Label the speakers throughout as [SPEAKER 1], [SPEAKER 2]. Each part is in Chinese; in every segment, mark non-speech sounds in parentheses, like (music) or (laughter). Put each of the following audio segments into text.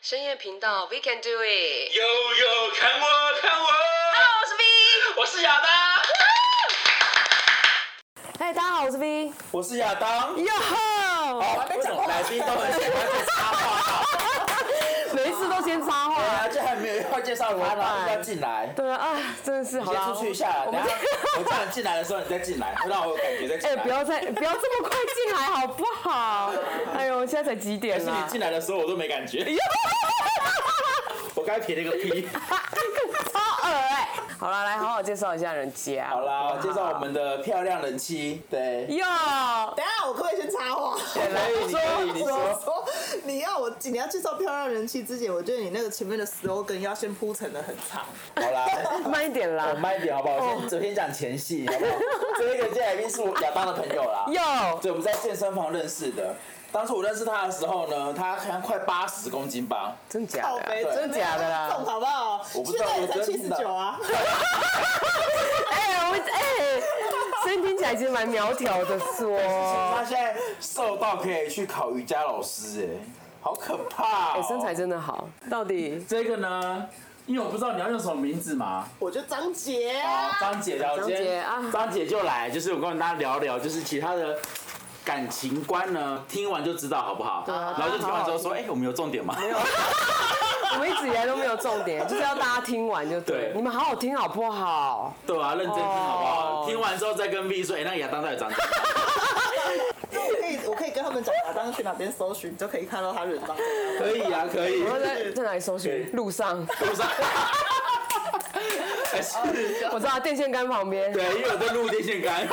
[SPEAKER 1] 深夜频道，We can do it。
[SPEAKER 2] 悠悠，看我，看我，
[SPEAKER 1] Hello，我是 V。
[SPEAKER 2] 我是 (laughs) 亚当，
[SPEAKER 1] 嗨，大家好，我是 V。
[SPEAKER 2] 我是亚当。
[SPEAKER 1] 哟吼，
[SPEAKER 2] 好，为什么来宾都很喜欢被插话？
[SPEAKER 1] 每一次都先插
[SPEAKER 2] 对
[SPEAKER 1] 话。
[SPEAKER 2] 啊，就还没有要介绍我，然后就要进来。
[SPEAKER 1] 对啊，啊，真的是好
[SPEAKER 2] 你
[SPEAKER 1] 啦。
[SPEAKER 2] 先出去一下，
[SPEAKER 1] 我
[SPEAKER 2] 等
[SPEAKER 1] 们
[SPEAKER 2] 下我叫你进来的时候，你哎再进来，会让我有感觉再
[SPEAKER 1] (laughs)
[SPEAKER 2] 进
[SPEAKER 1] 哎，
[SPEAKER 2] 来。
[SPEAKER 1] 不要再不要这么快进来好不好？哎呦，现在才几点
[SPEAKER 2] 可是
[SPEAKER 1] 啦
[SPEAKER 2] 你？进来的时候，我都没感觉。我刚才撇了个屁。
[SPEAKER 1] (laughs) 超恶哎！好了，来好好介绍一下人家。
[SPEAKER 2] (laughs) 好啦，介绍我们的漂亮人妻，对，
[SPEAKER 1] 哟，
[SPEAKER 3] 等一下，我可不可以先插话？
[SPEAKER 2] 可以，你可以，你
[SPEAKER 3] 我
[SPEAKER 2] 说。
[SPEAKER 3] 说，你要我你要介绍漂亮人气之前，我觉得你那个前面的 slogan 要先铺陈的很长。
[SPEAKER 2] 好啦。
[SPEAKER 1] 慢一点
[SPEAKER 2] 我
[SPEAKER 1] 啦。
[SPEAKER 2] 慢一点好不好？我先昨天讲前戏，好不 (laughs) 好？这个接来宾是我亚当的朋友 (laughs) 啦。
[SPEAKER 1] 哟，
[SPEAKER 2] 对，我们在健身房认识的。当初我认识他的时候呢，他好像快八十公斤吧，
[SPEAKER 1] 真假
[SPEAKER 3] 靠
[SPEAKER 1] 的
[SPEAKER 3] 背，
[SPEAKER 1] 啊？真假的啦
[SPEAKER 3] 重？好不好？
[SPEAKER 2] 我不知道
[SPEAKER 3] 现在也才
[SPEAKER 2] 我昨
[SPEAKER 3] 七
[SPEAKER 2] 天
[SPEAKER 3] 十
[SPEAKER 2] 听到
[SPEAKER 3] 九啊。
[SPEAKER 1] 哎，我哎，声音听起来其实蛮苗条的说。
[SPEAKER 2] 他现在瘦到可以去考瑜伽老师、哎，好可怕、
[SPEAKER 1] 哎、
[SPEAKER 2] 哦！
[SPEAKER 1] 身材真的好，到底
[SPEAKER 2] 这个呢，因为我不知道你要用什么名字嘛。
[SPEAKER 3] 我就张杰
[SPEAKER 2] 好
[SPEAKER 3] 啊，，
[SPEAKER 2] 张姐聊，
[SPEAKER 1] 张
[SPEAKER 2] 今天
[SPEAKER 1] 姐啊
[SPEAKER 2] 张姐就来，就是我跟大家聊聊，就是其他的。感情观呢？听完就知道好不好？对
[SPEAKER 1] 啊
[SPEAKER 2] 然后就听
[SPEAKER 1] 好
[SPEAKER 2] 完之
[SPEAKER 1] 好
[SPEAKER 2] 后
[SPEAKER 1] 听
[SPEAKER 2] 说，哎、我们有重点吗？没有。
[SPEAKER 1] 我们一直以来都没有重点，就是要大家听完就对。
[SPEAKER 2] 对
[SPEAKER 1] 你们好好听好不好？
[SPEAKER 2] (laughs) 对啊，认真听好不好？
[SPEAKER 1] 哦
[SPEAKER 2] 听完之后再跟 V 说，哎、那个亚当到底长怎样？
[SPEAKER 3] 那我可以我可以跟他们讲，亚当去哪边搜寻，你就可以看到他人长。
[SPEAKER 2] 可以
[SPEAKER 1] (laughs)
[SPEAKER 2] 啊，可以
[SPEAKER 1] 我们在在哪里搜寻
[SPEAKER 2] 对？
[SPEAKER 1] 路上，(laughs)
[SPEAKER 2] 路上。还是
[SPEAKER 1] 我知道电线杆旁边，
[SPEAKER 2] (laughs) 对，因为我在录电
[SPEAKER 1] (laughs)
[SPEAKER 2] 线杆，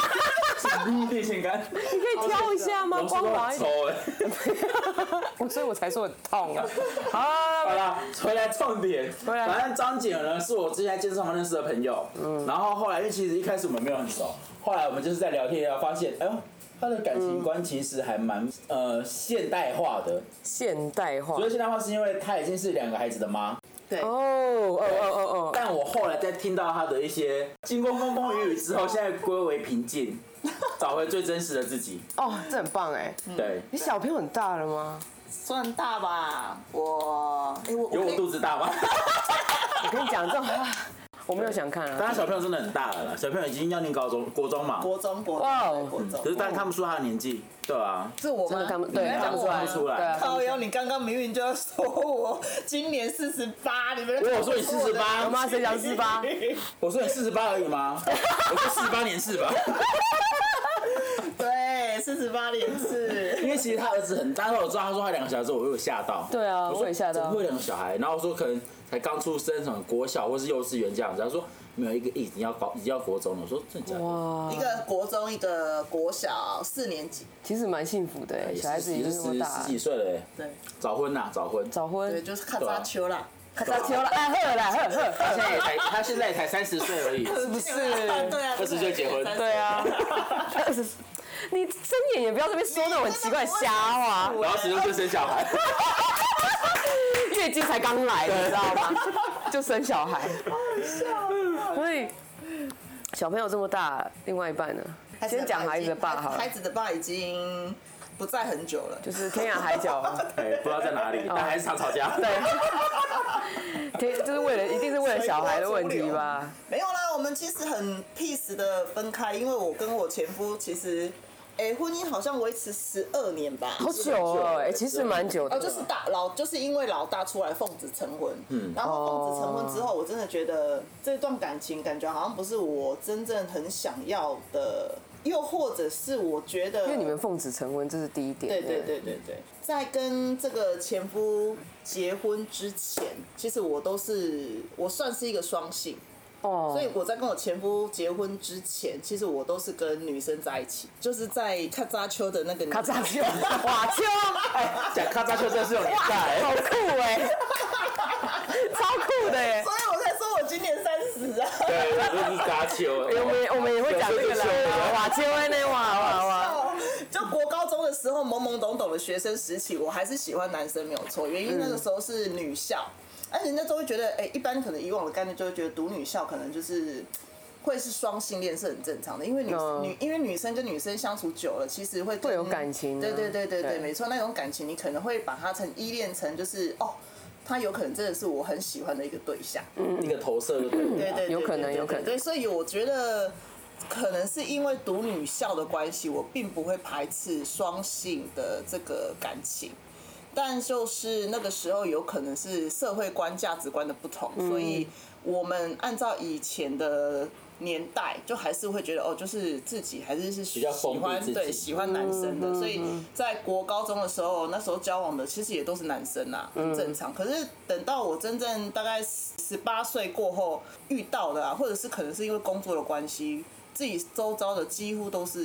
[SPEAKER 2] 录电线杆，
[SPEAKER 1] 你可以挑一下吗？
[SPEAKER 2] 龙叔
[SPEAKER 1] 光
[SPEAKER 2] 都
[SPEAKER 1] 滑
[SPEAKER 2] 很
[SPEAKER 1] 一
[SPEAKER 2] 抽
[SPEAKER 1] 点，
[SPEAKER 2] 哎。
[SPEAKER 1] 我所以我才说很痛啊。好啊
[SPEAKER 2] 好啦，回来重点，
[SPEAKER 1] 回来
[SPEAKER 2] 反正张姐呢是我之前在健身房认识的朋友，嗯，然后后来因为其实一开始我们没有很熟，后来我们就是在聊天聊，发现哎呦。他的感情观其实还蛮呃现代化的，
[SPEAKER 1] 现代化
[SPEAKER 2] 所以现代化是因为她已经是两个孩子的妈，
[SPEAKER 3] 对，
[SPEAKER 1] 哦哦哦哦
[SPEAKER 2] 但我后来在听到他的一些经过风风雨雨之后，现在归为平
[SPEAKER 3] (laughs)
[SPEAKER 2] 静，找回最真实的自己。
[SPEAKER 1] 哦哦，这很棒哎！
[SPEAKER 3] 嗯
[SPEAKER 2] 对，
[SPEAKER 1] 你小朋友很大了吗？
[SPEAKER 3] 算大吧，我哎、我
[SPEAKER 2] 有
[SPEAKER 3] 可
[SPEAKER 2] 我
[SPEAKER 3] 以
[SPEAKER 2] 肚子大吗？ (laughs)
[SPEAKER 1] 我跟你讲，这种啊我没有想看啊。
[SPEAKER 2] 但他小朋友真的很大了啦，小朋友已经要念高中、国中嘛。
[SPEAKER 3] 国中国
[SPEAKER 1] 哇哦
[SPEAKER 3] 中国中
[SPEAKER 2] 可，是但看不出他的年纪，对啊，
[SPEAKER 3] 是我
[SPEAKER 1] 真
[SPEAKER 3] 吗
[SPEAKER 1] 的？看不对，
[SPEAKER 3] 你
[SPEAKER 1] 看不
[SPEAKER 3] 我
[SPEAKER 1] 出来，
[SPEAKER 3] 吗
[SPEAKER 2] 看不出来
[SPEAKER 1] 对啊，
[SPEAKER 3] 靠腰，你刚刚明明就要说我今年四十八，你们
[SPEAKER 2] 因为我说你四十
[SPEAKER 1] 我妈
[SPEAKER 2] 八，
[SPEAKER 1] 谁讲四八？
[SPEAKER 2] 我说你四十八而已 (laughs) 吗？我说四十八年四吧，
[SPEAKER 3] (laughs) 对，四十八点四，
[SPEAKER 2] 因为其实他儿子很大，但我知道他说他两个小孩之后，我有吓到。
[SPEAKER 1] 对啊
[SPEAKER 2] 说
[SPEAKER 1] 我也吓到
[SPEAKER 2] 怎么会有两个小孩？然后我说可能才刚出生，什么国小或是幼稚园这样子。他说没有一个已经要高，已经要国中了。我说真的假的？
[SPEAKER 1] 哇
[SPEAKER 3] 一，
[SPEAKER 1] 嗯
[SPEAKER 3] 个国中，一个国小四年级，
[SPEAKER 1] 其实蛮幸福的哎，小孩子已
[SPEAKER 2] 也
[SPEAKER 1] 经
[SPEAKER 2] 是
[SPEAKER 1] 那么
[SPEAKER 2] 十
[SPEAKER 1] 大
[SPEAKER 2] 十
[SPEAKER 1] 了，
[SPEAKER 2] 几岁了欸，
[SPEAKER 3] 对
[SPEAKER 2] 早婚呐、早婚。
[SPEAKER 1] 早婚
[SPEAKER 3] 对，就是卡扎丘啦，卡
[SPEAKER 1] 打球了，哎，喝了啦，喝喝
[SPEAKER 2] 他
[SPEAKER 1] 喝，
[SPEAKER 2] 现在也才，他现在也才三十岁而已。
[SPEAKER 1] (laughs)
[SPEAKER 3] 是
[SPEAKER 1] 不是
[SPEAKER 3] (laughs) 对啊，
[SPEAKER 2] 20岁结婚
[SPEAKER 1] 对啊，二十，你睁眼也不要这边说那种很奇怪的瞎话，
[SPEAKER 2] 然后十六岁生小孩，
[SPEAKER 1] 月经才刚来，你知道 (laughs) 吗？就生小孩，所以小朋友这么大，另外一半呢？先讲孩子的爸好了
[SPEAKER 3] 孩，子的爸已经不在很久了，
[SPEAKER 1] 就是天涯海角啊，
[SPEAKER 2] 哎，不知道在哪里，但还是常吵架。
[SPEAKER 1] 对，天就是为了一定是为了小孩的问题吧？
[SPEAKER 3] 没有啦，我们其实很 peace 的分开，因为我跟我前夫其实，哎、婚姻好像维持十二年吧，
[SPEAKER 1] 好久哦，哎，其实蛮久
[SPEAKER 3] 哦，
[SPEAKER 1] 的，
[SPEAKER 3] 就是大老，就是因为老大出来奉子成婚，嗯，然后奉子成婚
[SPEAKER 1] 哦
[SPEAKER 3] 之后，我真的觉得这段感情感觉好像不是我真正很想要的，又或者是我觉得，
[SPEAKER 1] 因为你们嗯奉子成婚，这是第一点，
[SPEAKER 3] 对对对对对，在跟这个前夫结婚之前，其实我都是我算是一个双性，
[SPEAKER 1] 哦，
[SPEAKER 3] 所以我在跟我前夫结婚之前，其实我都是跟女生在一起，就是在咔扎丘的那个年
[SPEAKER 1] 咔
[SPEAKER 3] 代
[SPEAKER 1] 嚓秋，哇秋，哎，
[SPEAKER 2] 讲咔嚓就真的是有年
[SPEAKER 1] 哇，
[SPEAKER 2] 代。
[SPEAKER 1] 好酷哎、超酷的哎、
[SPEAKER 3] (laughs) 所以我才说我今年三十啊。
[SPEAKER 2] 对，这是扎秋。
[SPEAKER 1] 欸！我们也我们也会讲这个啦，哇秋哎呢哇哇哇，
[SPEAKER 3] 哦，就国高中的时候懵懵懂懂的学生时期，我还是喜欢男生没有错，原
[SPEAKER 1] 嗯
[SPEAKER 3] 因那个时候是女校，哎、人家都会觉得，哎、一般可能以往的概念就会觉得读女校可能就是。会是双性恋是很正常的，因为女、
[SPEAKER 1] 嗯
[SPEAKER 3] 女因为女生跟女生相处久了，其实会更
[SPEAKER 1] 会有感情啊
[SPEAKER 3] 对对对对对，
[SPEAKER 1] 对
[SPEAKER 3] 没错，那种感情你可能会把它成依恋成就是哦，他有可能真的是我很喜欢的一个对象。
[SPEAKER 2] 一个投射就对了。
[SPEAKER 3] 对对，对
[SPEAKER 1] 嗯有可能
[SPEAKER 3] 对对
[SPEAKER 1] 有可能
[SPEAKER 3] 对，所以我觉得可能是因为读女校的关系，我并不会排斥双性的这个感情。但就是那个时候，有可能是社会观、价值观的不同，所
[SPEAKER 1] 嗯
[SPEAKER 3] 以我们按照以前的年代，就还是会觉得哦，就是自己还是是喜
[SPEAKER 2] 较封闭
[SPEAKER 3] 欢
[SPEAKER 2] 自己
[SPEAKER 3] 对喜欢男生的，所以在国高中的时候，那时候交往的其实也都是男生啊，很正常。可是等到我真正大概十八岁过后遇到的啊，或者是可能是因为工作的关系，自己周遭的几乎都是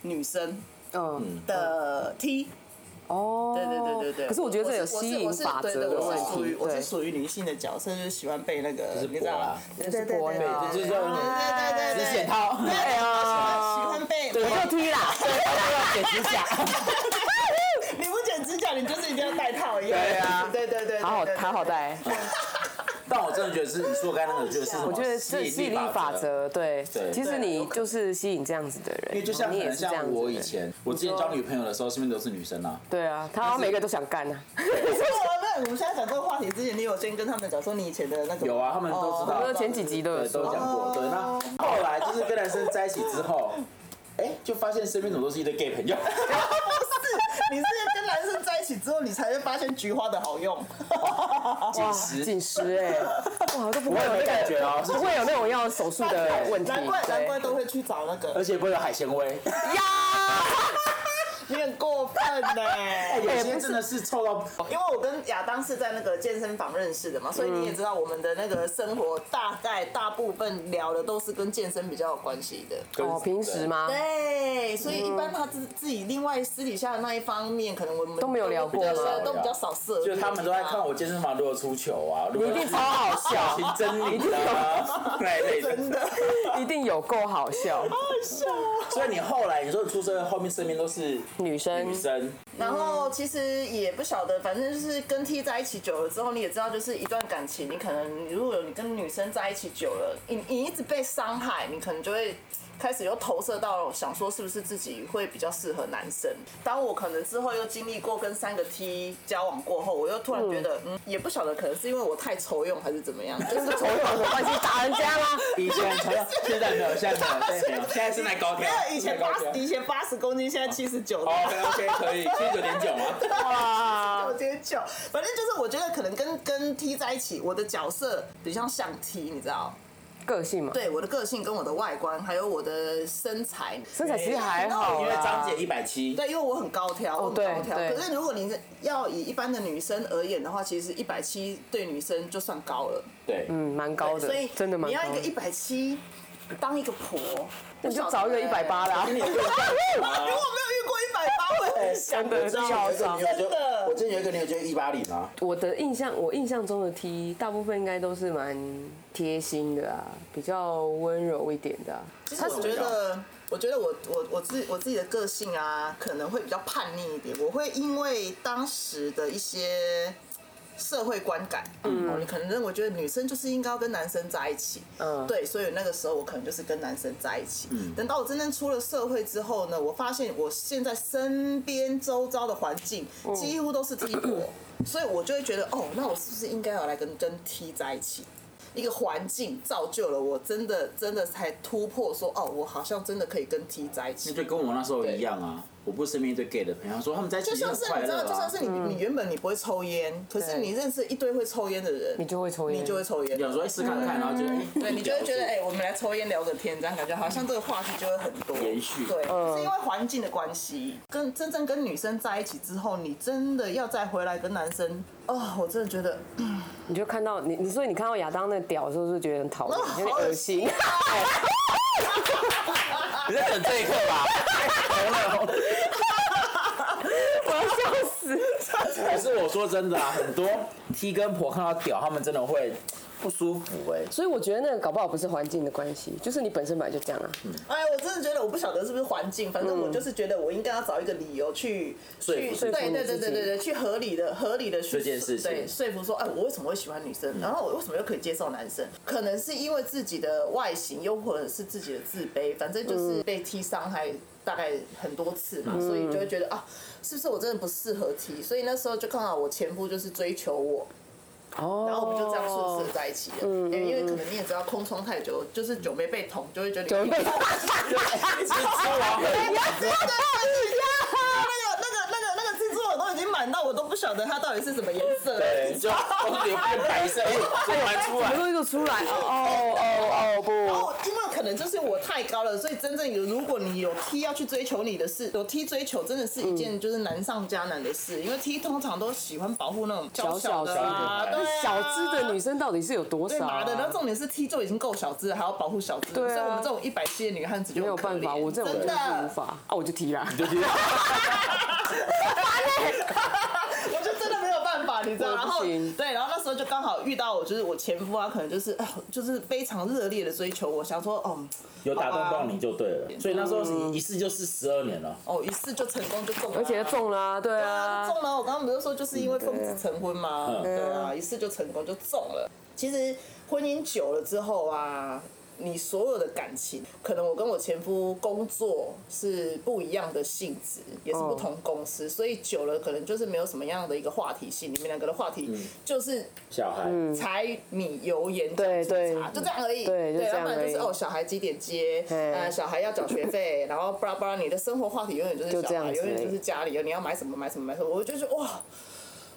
[SPEAKER 3] 女生
[SPEAKER 1] 嗯，
[SPEAKER 3] 的 T。
[SPEAKER 1] 哦，
[SPEAKER 3] 对对对对对。
[SPEAKER 1] 可是我觉得这有
[SPEAKER 3] 我是
[SPEAKER 1] 吸引
[SPEAKER 3] 我是
[SPEAKER 1] 法
[SPEAKER 3] 对
[SPEAKER 1] 则
[SPEAKER 3] 对
[SPEAKER 1] 的
[SPEAKER 3] 我
[SPEAKER 1] 问
[SPEAKER 3] 是属
[SPEAKER 1] 题
[SPEAKER 3] 于，我是
[SPEAKER 1] 对，
[SPEAKER 3] 属于女性的角色，就是喜欢被那个，
[SPEAKER 2] 就是
[SPEAKER 3] 你知道
[SPEAKER 2] 博
[SPEAKER 3] 吗
[SPEAKER 2] 啊？
[SPEAKER 3] 对对对对
[SPEAKER 1] 博
[SPEAKER 3] 对
[SPEAKER 1] 呀
[SPEAKER 2] 就是
[SPEAKER 3] 对
[SPEAKER 2] 让
[SPEAKER 3] 对对
[SPEAKER 2] 你
[SPEAKER 3] 对
[SPEAKER 2] 只显
[SPEAKER 3] 对，
[SPEAKER 2] 套，
[SPEAKER 1] 哎
[SPEAKER 3] 喜
[SPEAKER 1] 呀，
[SPEAKER 3] 欢被
[SPEAKER 1] 我就踢啦，
[SPEAKER 2] 剪指甲，
[SPEAKER 3] 你不剪指甲，你就是一定要戴套一样。
[SPEAKER 2] 对啊
[SPEAKER 3] 对对对对，
[SPEAKER 1] (laughs) 好好
[SPEAKER 3] 对
[SPEAKER 1] 好好。戴，
[SPEAKER 2] 但我真的觉得是你说刚刚那个，我觉得是什么？
[SPEAKER 1] 我觉得这吸引力法，则，对
[SPEAKER 2] 对，
[SPEAKER 1] 其实
[SPEAKER 3] 对有
[SPEAKER 1] 你
[SPEAKER 3] 可能
[SPEAKER 1] 就是吸引这样子的人，
[SPEAKER 2] 因为就像
[SPEAKER 1] 哦你
[SPEAKER 2] 可
[SPEAKER 1] 也
[SPEAKER 2] 能
[SPEAKER 1] 是这样
[SPEAKER 2] 像
[SPEAKER 1] 子的
[SPEAKER 2] 我
[SPEAKER 1] 人
[SPEAKER 2] 以，前，我之前交女朋友的时候，身边都是女生啊，
[SPEAKER 1] 对啊，他好像每个都想干啊，
[SPEAKER 3] 可是我们我们现在讲这个话题之前，你有先跟他们讲说你以前的那个 (laughs)
[SPEAKER 2] 有啊，他们都知
[SPEAKER 1] 哦我
[SPEAKER 2] 道，
[SPEAKER 1] 们前几集都有
[SPEAKER 2] 对，都有
[SPEAKER 1] 说，
[SPEAKER 2] 讲
[SPEAKER 3] 哦
[SPEAKER 2] 过。对，那后来就是跟男生在一起之后，哎，就发现身边怎么都是一堆 gay 朋友。
[SPEAKER 3] 是，你是跟男生在一起之后，你才会发现菊花的好用。
[SPEAKER 1] 哇，
[SPEAKER 2] 十
[SPEAKER 1] 紧实哎，哇，都不会
[SPEAKER 2] 我也
[SPEAKER 1] 有
[SPEAKER 2] 没
[SPEAKER 1] 那
[SPEAKER 2] (laughs) 感
[SPEAKER 1] 个，
[SPEAKER 2] 觉哦，是
[SPEAKER 1] 不会有那种要手术的问题，
[SPEAKER 3] 难怪难怪
[SPEAKER 1] 对
[SPEAKER 3] 都会去找那个
[SPEAKER 2] 而，且不会有海鲜味。
[SPEAKER 1] 呀，
[SPEAKER 3] 你很过分
[SPEAKER 1] (laughs)
[SPEAKER 3] 呢、
[SPEAKER 2] 有些真的是臭
[SPEAKER 1] 哦
[SPEAKER 2] 到，
[SPEAKER 3] 因为我跟亚当是在那个健身房认识的
[SPEAKER 1] 嗯
[SPEAKER 3] 嘛，所以你也知道我们的那个生活大概大部分聊的都是跟健身比较有关系的。
[SPEAKER 1] 哦，平时吗？
[SPEAKER 3] 对，所以一般他自自己另外私底下的那一方面，可能我们
[SPEAKER 1] 都没有聊过吗
[SPEAKER 3] 都比较少涉猎。
[SPEAKER 2] 就是他们都在看我健身房如何出糗啊，如
[SPEAKER 1] 你
[SPEAKER 2] 何
[SPEAKER 1] 一定超好
[SPEAKER 2] (laughs)
[SPEAKER 1] 笑，
[SPEAKER 2] 行真理啊那一类的。
[SPEAKER 1] 一定有够好笑，哦
[SPEAKER 2] 所以你后来你说你出生后面身边都是
[SPEAKER 1] 女生
[SPEAKER 3] (laughs)
[SPEAKER 2] 女生，
[SPEAKER 3] 然后其实也不晓得，反正就是跟 T 在一起久了之后，你也知道，就是一段感情，你可能如果有你跟女生在一起久了，你你一直被伤害，你可能就会开始又投射到想说是不是自己会比较适合男生。当我可能之后又经历过跟三个 T 交往过后，我又突然觉得，嗯，也不晓得可能是因为我太愁用还是怎么样，就是
[SPEAKER 1] 这朋友有什么关系？打人家吗？
[SPEAKER 2] 以前很常用，现在没有，现在没有，现在没有， (laughs) 现在是在高铁，
[SPEAKER 3] 没有以前
[SPEAKER 2] 是在
[SPEAKER 3] 八
[SPEAKER 2] 高铁哦
[SPEAKER 3] 以前八十公斤，现在七十九。
[SPEAKER 2] OK OK 可以，七十九点九嘛。
[SPEAKER 1] 哇啊
[SPEAKER 3] 九，点九，反正就是我觉得可能跟跟 T 在一起，我的角色比较像 T，你知道？
[SPEAKER 1] 个性嘛，
[SPEAKER 3] 对，我的个性跟我的外观，还有我的身材，
[SPEAKER 1] 身材其实还好
[SPEAKER 2] 因为张
[SPEAKER 1] 啦，
[SPEAKER 2] 姐一百七，
[SPEAKER 3] 对，因为我很高挑，我很
[SPEAKER 1] 对
[SPEAKER 3] 高挑。
[SPEAKER 1] 对
[SPEAKER 3] 可是如果你要以一般的女生而言的话，其实一百七对女生就算高了，
[SPEAKER 2] 对，
[SPEAKER 1] 嗯，蛮高
[SPEAKER 3] 所
[SPEAKER 1] 的
[SPEAKER 3] 以，
[SPEAKER 1] 真的蛮
[SPEAKER 3] 你要
[SPEAKER 1] 高
[SPEAKER 3] 一个一
[SPEAKER 1] 的，
[SPEAKER 3] 百七当一个婆，
[SPEAKER 1] 那你
[SPEAKER 3] 不晓
[SPEAKER 1] 就
[SPEAKER 3] 得
[SPEAKER 1] 找一个一百
[SPEAKER 3] (laughs)
[SPEAKER 1] 八的啊，
[SPEAKER 3] 欸。如果没有遇过一百八，我很想
[SPEAKER 1] 真的超少。
[SPEAKER 3] 真的
[SPEAKER 2] 我之前有一个女友就一八零啊，
[SPEAKER 1] 我的印象，我印象中的 T 大部分应该都是蛮贴心的啊，比较温柔一点的啊、
[SPEAKER 3] 其实我觉得，我觉得我我我自我自己的个性啊，可能会比较叛逆一点。我会因为当时的一些社会观感，嗯，你可能认为觉得女生就是应该要跟男生在一起，
[SPEAKER 1] 嗯
[SPEAKER 3] 嗯，对，所以那个时候我可能就是跟男生在一起。等到我真正出了社会之后呢，我发现我现在身边周遭的环境几乎都是 T 婆，所以我就会觉得，哦，那我是不是应该要来跟跟 T 在一起？一个环境造就了我，真的真的才突破说，哦，我好像真的可以跟 T 在一
[SPEAKER 2] 那
[SPEAKER 3] 起。
[SPEAKER 2] 就跟我那时候一样啊。我不是身边一堆 gay 的朋友，他说他们在一起
[SPEAKER 3] 就像是
[SPEAKER 2] 很快
[SPEAKER 3] 你知道，
[SPEAKER 2] 乐
[SPEAKER 3] 就像
[SPEAKER 2] 啊。
[SPEAKER 3] 是你、你原本你不会抽烟，可是
[SPEAKER 1] 对
[SPEAKER 3] 你认识一堆会抽烟的人，
[SPEAKER 1] 你就会抽烟，
[SPEAKER 3] 你就会抽烟。
[SPEAKER 2] 想说哎试看看，然后觉得哎
[SPEAKER 3] 对你就会觉得，
[SPEAKER 2] 了
[SPEAKER 3] 哎、我们来抽烟聊个天，这样感觉好像这个话题就会很多
[SPEAKER 2] 延续
[SPEAKER 3] 对，是因为环境的关系，跟真正跟女生在一起之后，你真的要再回来跟男生，哦，我真的觉得
[SPEAKER 1] 你就看到你，你所以你看到亚当那屌的时候，是不是觉得很讨厌，
[SPEAKER 3] 哦
[SPEAKER 1] 有点恶心？
[SPEAKER 2] 你在等这一刻吧？
[SPEAKER 1] 我要笑死！
[SPEAKER 2] 可是我说真的啊，很多 T 跟婆看到屌，他们真的会不舒服哎。
[SPEAKER 1] 所以我觉得那个搞不好不是环境的关系，就是你本身本来就这样啊。
[SPEAKER 3] 哎，我真的觉得我不晓得是不是环境，反正我就是觉得我应该要找一个理由去
[SPEAKER 2] 嗯说服
[SPEAKER 3] 去
[SPEAKER 2] 自己
[SPEAKER 3] 对对对对对对，去合理的合理的去
[SPEAKER 2] 这件事情
[SPEAKER 3] 对说服说，哎，我为什么会喜欢女生，然后我为什么又可以接受男生？可能是因为自己的外形，又或者是自己的自卑，反正就是被踢伤害。大概很多次嘛，所以就会觉得啊，是不是我真的不适合踢？所以那时候就刚好我前夫就是追求我，
[SPEAKER 1] 哦
[SPEAKER 3] 然后我们就这样顺势在一起了。因为因为可能你也知道，空窗太久，就是酒没被捅，就会觉得
[SPEAKER 1] 准
[SPEAKER 3] (laughs)
[SPEAKER 1] 备。
[SPEAKER 2] 蜘蛛网很
[SPEAKER 3] 对对对那个那个那个那个蜘蛛网都已经满到我都不晓得它到底是什么颜色了。
[SPEAKER 2] 对，你就风流变白色，哎，突然啊出
[SPEAKER 1] (laughs) 怎么
[SPEAKER 2] 来，
[SPEAKER 1] 又出来？哦哦哦
[SPEAKER 3] 然
[SPEAKER 1] 不！
[SPEAKER 3] 后因为可能就是我太高了，所以真正有如果你有 T 要去追求你的事，有 T 追求真的是一件就是难上加难的事，因为 T 通常都喜欢保护那种
[SPEAKER 1] 小
[SPEAKER 3] 娇
[SPEAKER 1] 小
[SPEAKER 3] 的
[SPEAKER 1] 只
[SPEAKER 3] 啊，
[SPEAKER 1] 的
[SPEAKER 3] 对啊，
[SPEAKER 1] 小只的女。生到底是有多
[SPEAKER 3] 对
[SPEAKER 1] 少
[SPEAKER 3] 嘛
[SPEAKER 1] 啊？
[SPEAKER 3] 的，然后重点是 T 就已经够小只了，还要保护小只，
[SPEAKER 1] 对啊
[SPEAKER 3] 所以我们这种一百七的女汉子就
[SPEAKER 1] 没有
[SPEAKER 3] 很可
[SPEAKER 1] 办法，
[SPEAKER 3] 怜
[SPEAKER 1] 我这种就是
[SPEAKER 3] 真
[SPEAKER 1] 无
[SPEAKER 3] 的，
[SPEAKER 1] 法啊，我就踢啦。
[SPEAKER 2] 你就觉得
[SPEAKER 3] (laughs) 我就真的没有办法，你知道？
[SPEAKER 1] 我也
[SPEAKER 3] 然
[SPEAKER 1] 不
[SPEAKER 3] 后
[SPEAKER 1] 行
[SPEAKER 3] 对，然后那时候就刚好遇到我，就是我前夫啊，可能就是哎呦就是非常热烈的追求我，想说，哦
[SPEAKER 2] 有打动到你就对了，所以那时候你一试就是十二年了。
[SPEAKER 3] 哦，一次就成功就中了啊，
[SPEAKER 1] 而且中啦、对
[SPEAKER 3] 对啊，
[SPEAKER 1] 啊
[SPEAKER 3] 就，中了。我刚刚不是说就是因为奉子成婚
[SPEAKER 1] 嗯
[SPEAKER 3] 吗？对啊，一次就成功就中了。其实婚姻久了之后啊。你所有的感情，可能我跟我前夫工作是不一样的性质，也是不同公司，所以久了可能就是没有什么样的一个话题性。你们两个的话
[SPEAKER 1] 嗯
[SPEAKER 3] 题就是
[SPEAKER 2] 小孩，
[SPEAKER 3] 柴米油盐
[SPEAKER 1] 对
[SPEAKER 3] 酱醋
[SPEAKER 1] 对
[SPEAKER 3] 茶，就这样而已。
[SPEAKER 1] 对就这样
[SPEAKER 3] 要不然就是
[SPEAKER 1] 而已
[SPEAKER 3] 哦，小孩几点接？
[SPEAKER 1] 嘿
[SPEAKER 3] 呃，小孩要缴学费，
[SPEAKER 1] (laughs)
[SPEAKER 3] 然后巴拉巴拉，你的生活话题永远就是
[SPEAKER 1] 就
[SPEAKER 3] 小
[SPEAKER 1] 这样
[SPEAKER 3] 孩，
[SPEAKER 1] 子
[SPEAKER 3] 永远
[SPEAKER 1] 而已
[SPEAKER 3] 就是家里，你要买什么买什么买什么。我就觉得哇，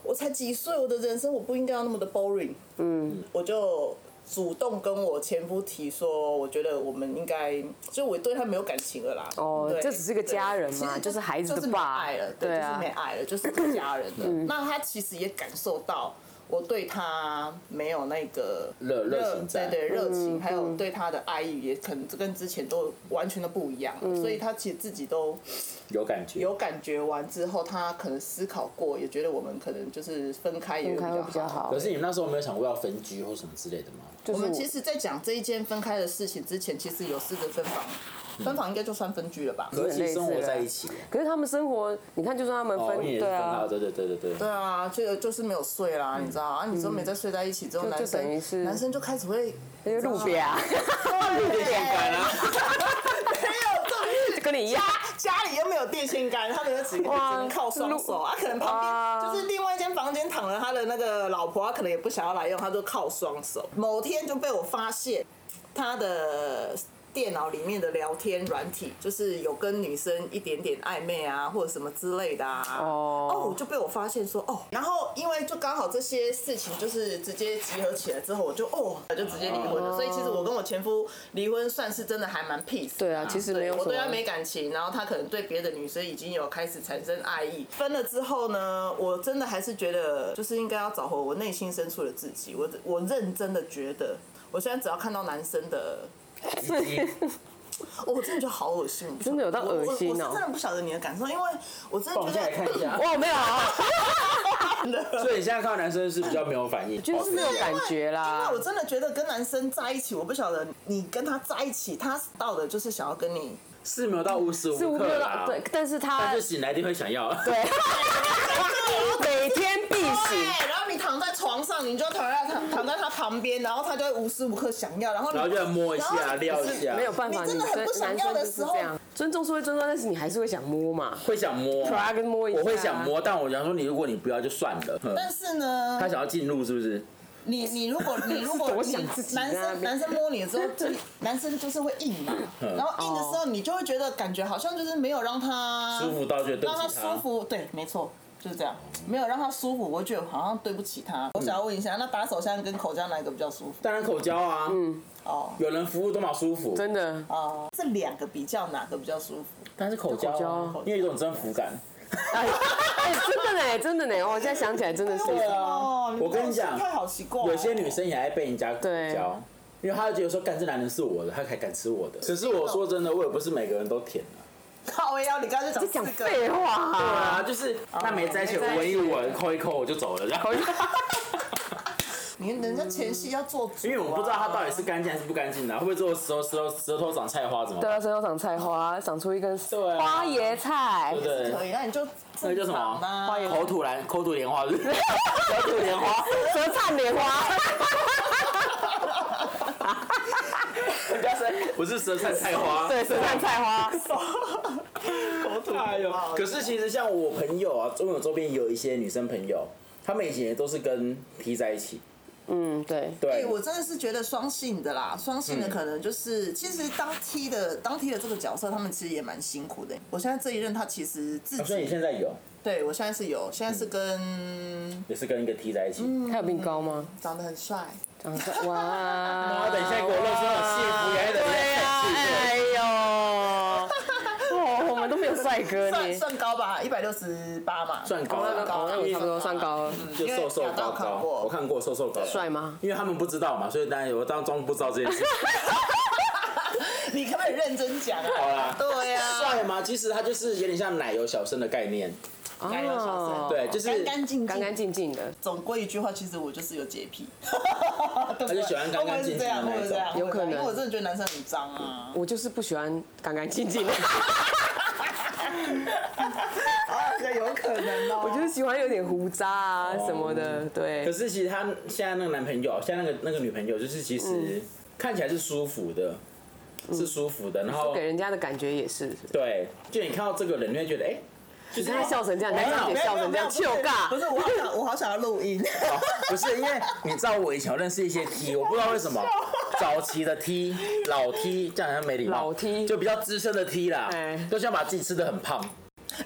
[SPEAKER 3] 我才几岁，我的人生我不应该要那么的 boring。嗯，我就。主动跟我前夫提说，我觉得我们应该，就我对他没有感情了啦。
[SPEAKER 1] 哦
[SPEAKER 3] 对
[SPEAKER 1] 这只是个家人嘛
[SPEAKER 3] 对其实
[SPEAKER 1] 就是孩子的
[SPEAKER 3] 就是没
[SPEAKER 1] 爸
[SPEAKER 3] 爱了，对，
[SPEAKER 1] 对
[SPEAKER 3] 就
[SPEAKER 1] 啊
[SPEAKER 3] 是没爱了，就是个家人了。
[SPEAKER 1] 嗯
[SPEAKER 3] 那他其实也感受到我对他没有那个
[SPEAKER 2] 热热情在
[SPEAKER 3] 对对热
[SPEAKER 1] 嗯
[SPEAKER 3] 情，还有对他的爱意，也可能跟之前都完全都不一样了。
[SPEAKER 1] 嗯
[SPEAKER 3] 所以他其实自己都
[SPEAKER 2] 有感觉，
[SPEAKER 3] 有感觉完之后，他可能思考过，也觉得我们可能就是分开
[SPEAKER 1] 分
[SPEAKER 3] 也会
[SPEAKER 1] 开会比较。好
[SPEAKER 2] 可。是你们那时候没有想过要分居或什么之类的吗？
[SPEAKER 1] 就
[SPEAKER 3] 我
[SPEAKER 1] 是
[SPEAKER 3] 们其实，在讲这一件分开的事情之前，其实有试着分房，
[SPEAKER 1] 嗯
[SPEAKER 3] 分房应该就算分居了吧？
[SPEAKER 2] 可是其实生活在一起，
[SPEAKER 1] 可是他们生活，你看，就算他们
[SPEAKER 2] 哦
[SPEAKER 1] 分，，
[SPEAKER 2] 你也是
[SPEAKER 1] 对
[SPEAKER 2] 分开，
[SPEAKER 1] 啊，
[SPEAKER 2] 对对对对对。
[SPEAKER 3] 对啊，就就是没有睡啦，你知道啊？你说没再睡在一起之
[SPEAKER 1] 嗯
[SPEAKER 3] 后，
[SPEAKER 1] 就
[SPEAKER 3] 男
[SPEAKER 1] 就等于
[SPEAKER 3] 生
[SPEAKER 1] 是
[SPEAKER 3] 男生就开始会
[SPEAKER 1] 那些路边啊，
[SPEAKER 3] 电线
[SPEAKER 2] 杆啊，
[SPEAKER 3] 没有重点是
[SPEAKER 1] 就跟你一样，
[SPEAKER 3] 家里又没有电线杆，他们就只只
[SPEAKER 1] 哇
[SPEAKER 3] 能靠双手啊。可能
[SPEAKER 1] 啊
[SPEAKER 3] 旁边就是另外一间房间躺了他的那个老婆，他可能也不想要来用，他就靠双手。某天就被我发现他的。电脑里面的聊天软体，就是有跟女生一点点暧昧啊，或者什么之类的啊。
[SPEAKER 1] 哦
[SPEAKER 3] 哦，我就被我发现说哦，然后因为就刚好这些事情就是直接集合起来之后，我就哦，我就直接离婚了。所以其实我跟我前夫离婚算是真的还蛮 peace 的。
[SPEAKER 1] 对啊其实没有
[SPEAKER 3] 对我对
[SPEAKER 1] 什么
[SPEAKER 3] 他没感情，然后他可能对别的女生已经有开始产生爱意。分了之后呢，我真的还是觉得就是应该要找回我内心深处的自己。我我认真的觉得，我现在只要看到男生
[SPEAKER 1] (laughs)
[SPEAKER 3] 的。哦我真的觉得好恶心，我不晓
[SPEAKER 1] 真的有到恶心哦
[SPEAKER 3] 我我我是真的不晓得你的感受，因为我真的
[SPEAKER 2] 放
[SPEAKER 3] 觉
[SPEAKER 2] 下来看
[SPEAKER 3] 得
[SPEAKER 2] 一下，
[SPEAKER 1] 哇，没有啊，
[SPEAKER 2] 所以你现在看到男生是比较没有反应，
[SPEAKER 1] 就是没有感觉
[SPEAKER 3] 因
[SPEAKER 1] 啦
[SPEAKER 3] 为我。真的觉得跟男生在一起，我不晓得你跟他在一起，他到的就是想要跟你
[SPEAKER 2] 是没有到无时
[SPEAKER 1] 是
[SPEAKER 2] 无
[SPEAKER 1] 无
[SPEAKER 2] 刻
[SPEAKER 1] 聊
[SPEAKER 2] 啦
[SPEAKER 1] 的，，对，但是他
[SPEAKER 2] 但是醒来一定会想要。
[SPEAKER 1] 对， (laughs) 每天必醒，
[SPEAKER 3] 对，然后你躺在床上，你就躺在他躺在他旁边，然后他就会无时无刻想要，然后你
[SPEAKER 2] 然后就摸一
[SPEAKER 3] 然
[SPEAKER 2] 下、
[SPEAKER 3] 后
[SPEAKER 2] 撩一下，
[SPEAKER 1] 没有办法，
[SPEAKER 3] 你真
[SPEAKER 1] 女
[SPEAKER 3] 的很
[SPEAKER 1] 生
[SPEAKER 3] 不想
[SPEAKER 1] 男
[SPEAKER 3] 要
[SPEAKER 1] 生
[SPEAKER 3] 的
[SPEAKER 1] 就是
[SPEAKER 3] 时候
[SPEAKER 1] 这样，尊重是会尊重，但是你还是会想摸嘛，
[SPEAKER 2] 会想摸，啊
[SPEAKER 1] 抓跟摸一下。
[SPEAKER 2] 我会想，摸，但我想说你，如果你不要就算了。哼
[SPEAKER 3] 但是呢
[SPEAKER 2] 他，想要进入是不是？
[SPEAKER 3] 你你如果你如果
[SPEAKER 1] 多
[SPEAKER 3] 你
[SPEAKER 1] 想自己
[SPEAKER 3] 男
[SPEAKER 1] 在那
[SPEAKER 3] 生
[SPEAKER 1] 边
[SPEAKER 3] 男生摸你之后，就是男生就是会硬嘛，然后硬的时候，你就会觉得感觉好像就是没有让他
[SPEAKER 2] 舒服到觉得对
[SPEAKER 3] 让
[SPEAKER 2] 不
[SPEAKER 3] 他
[SPEAKER 2] 起
[SPEAKER 3] 舒
[SPEAKER 2] 他。
[SPEAKER 3] 服，对，没错。就是这样，没有让他舒服，我觉得好像对不起他。我想要问一下，那打手枪跟口交哪一个比较舒服？
[SPEAKER 2] 当然口交啊，
[SPEAKER 1] 嗯
[SPEAKER 3] 哦
[SPEAKER 2] 有人服务多么舒服，
[SPEAKER 1] 真的
[SPEAKER 3] 哦，这两个比较哪个比较舒服？
[SPEAKER 2] 但是口交
[SPEAKER 1] 口交
[SPEAKER 2] 啊
[SPEAKER 1] 啊，
[SPEAKER 2] 因为有一种征服感。
[SPEAKER 1] 哎，哎真的呢，真的呢，我现在想起来真的是，
[SPEAKER 3] 哦，
[SPEAKER 2] 我跟你讲
[SPEAKER 3] 太好奇怪哦。
[SPEAKER 2] 有些女生也爱被人家口
[SPEAKER 1] 对
[SPEAKER 2] 交，因为她就觉得说，干这男人是我的，他还敢吃我的。可是我说真的，我也不是每个人都舔啊。
[SPEAKER 3] 靠腰，你刚才
[SPEAKER 1] 在
[SPEAKER 3] 讲
[SPEAKER 1] 讲
[SPEAKER 3] 四个
[SPEAKER 1] 废
[SPEAKER 2] 对
[SPEAKER 1] 话。
[SPEAKER 2] 啊，就是那没在一起，我闻一闻，抠一抠我就走了，然后
[SPEAKER 3] 你人家前戏要做主、
[SPEAKER 2] (laughs)
[SPEAKER 3] 啊
[SPEAKER 2] 因为我不知道他到底是干净还是不干净的啊，会不会最后舌头舌头舌头长菜花怎么
[SPEAKER 1] 对
[SPEAKER 2] 办？
[SPEAKER 1] 啊，身上长菜花，长出一根
[SPEAKER 2] 对啊
[SPEAKER 1] 花椰菜
[SPEAKER 2] 对不，
[SPEAKER 3] 可
[SPEAKER 2] 对？
[SPEAKER 3] 以，那你就
[SPEAKER 2] 那叫什
[SPEAKER 3] 啊
[SPEAKER 2] 么？
[SPEAKER 1] 花椰
[SPEAKER 2] 口吐兰，口吐莲花是不是？ (laughs) 口吐莲花，
[SPEAKER 3] 啊
[SPEAKER 1] 舌灿莲
[SPEAKER 3] (laughs)
[SPEAKER 1] 花，
[SPEAKER 2] 人家是 (laughs) 不是舌灿菜 (laughs) 花？
[SPEAKER 1] 对，舌灿菜花，
[SPEAKER 3] 口吐
[SPEAKER 2] 哎呦可是其实像我朋友啊，中友周边也有一些女生朋友，她们以前也都是跟 P 在一起，
[SPEAKER 1] 嗯，对，
[SPEAKER 3] 哎、
[SPEAKER 2] 对，嗯
[SPEAKER 3] 我真的是觉得双性的啦，双性的可能就是，其实当 T 的当 T 的这个角色，他们其实也蛮辛苦的。我现在这一任他其实自
[SPEAKER 2] 啊所以你
[SPEAKER 3] 己，
[SPEAKER 2] 现在有
[SPEAKER 3] 对我现在是有，现在是
[SPEAKER 2] 嗯
[SPEAKER 3] 跟
[SPEAKER 2] 也是跟一个 T 在一起，
[SPEAKER 1] 他有比你高
[SPEAKER 3] (laughs)
[SPEAKER 1] 吗？
[SPEAKER 3] 长得很帅，
[SPEAKER 1] 长得哇！妈
[SPEAKER 2] 等一下给我露出那种幸福原来的
[SPEAKER 1] 对啊，哎呦，哦，我们都没有帅哥呢，
[SPEAKER 3] 算算高吧，一百六十八嘛，
[SPEAKER 2] 算高
[SPEAKER 1] 那
[SPEAKER 2] 了
[SPEAKER 1] 个高，那我差不多算高了，
[SPEAKER 3] 嗯
[SPEAKER 2] 就瘦瘦高
[SPEAKER 3] 因为亚当
[SPEAKER 2] 高
[SPEAKER 3] 看过，
[SPEAKER 2] 我看过瘦瘦高高，
[SPEAKER 1] 帅吗？
[SPEAKER 2] 因为他们不知道嘛，所以当然我当中不知道这件事。
[SPEAKER 3] 你可不可以认真讲
[SPEAKER 2] 好
[SPEAKER 3] 啊？
[SPEAKER 2] 啦，
[SPEAKER 3] 对呀、啊，
[SPEAKER 2] 帅吗？其实它就是有点像奶油小生的概念，
[SPEAKER 3] 奶油小生
[SPEAKER 1] 哦
[SPEAKER 2] 对，就是
[SPEAKER 3] 干干净净，
[SPEAKER 1] 干干净净的，
[SPEAKER 3] 总归一句话，其实我就是有洁 (laughs) 癖，他
[SPEAKER 2] 他就喜欢干干净净的那一种
[SPEAKER 3] 这样，
[SPEAKER 1] 有可能
[SPEAKER 3] 因为我真的觉得男生很脏啊。
[SPEAKER 1] 我就是不喜欢干干净净的，
[SPEAKER 3] (laughs) 啊，有可能哦。
[SPEAKER 1] 我就是喜欢有点胡渣啊什么的，
[SPEAKER 2] 可
[SPEAKER 1] 对，
[SPEAKER 2] 是其实她现在那个男朋友，现在那个那个女朋友，就是其实看起来是舒服的，是舒服的，然后
[SPEAKER 1] 给人家的感觉也是，
[SPEAKER 2] 对，就你看到这个人，你会觉得哎、就
[SPEAKER 1] 你
[SPEAKER 2] 是
[SPEAKER 1] 看他笑成这样，你
[SPEAKER 2] 没
[SPEAKER 1] 看张姐
[SPEAKER 2] 有没有
[SPEAKER 1] 笑成这样，
[SPEAKER 3] 哎没有
[SPEAKER 1] 糗
[SPEAKER 3] 没有不
[SPEAKER 1] 尬，
[SPEAKER 3] 是，我好想，我好想要
[SPEAKER 1] (laughs)
[SPEAKER 3] 录音。
[SPEAKER 2] 哦 (laughs) 不是因为你知道我以前有认识一些 T，我不知道为什么早期的 T 老 T 这样好像没礼貌，
[SPEAKER 1] 老 T
[SPEAKER 2] 就比较资深的 T 啦
[SPEAKER 1] 哎，
[SPEAKER 2] 都想把自己吃的很胖，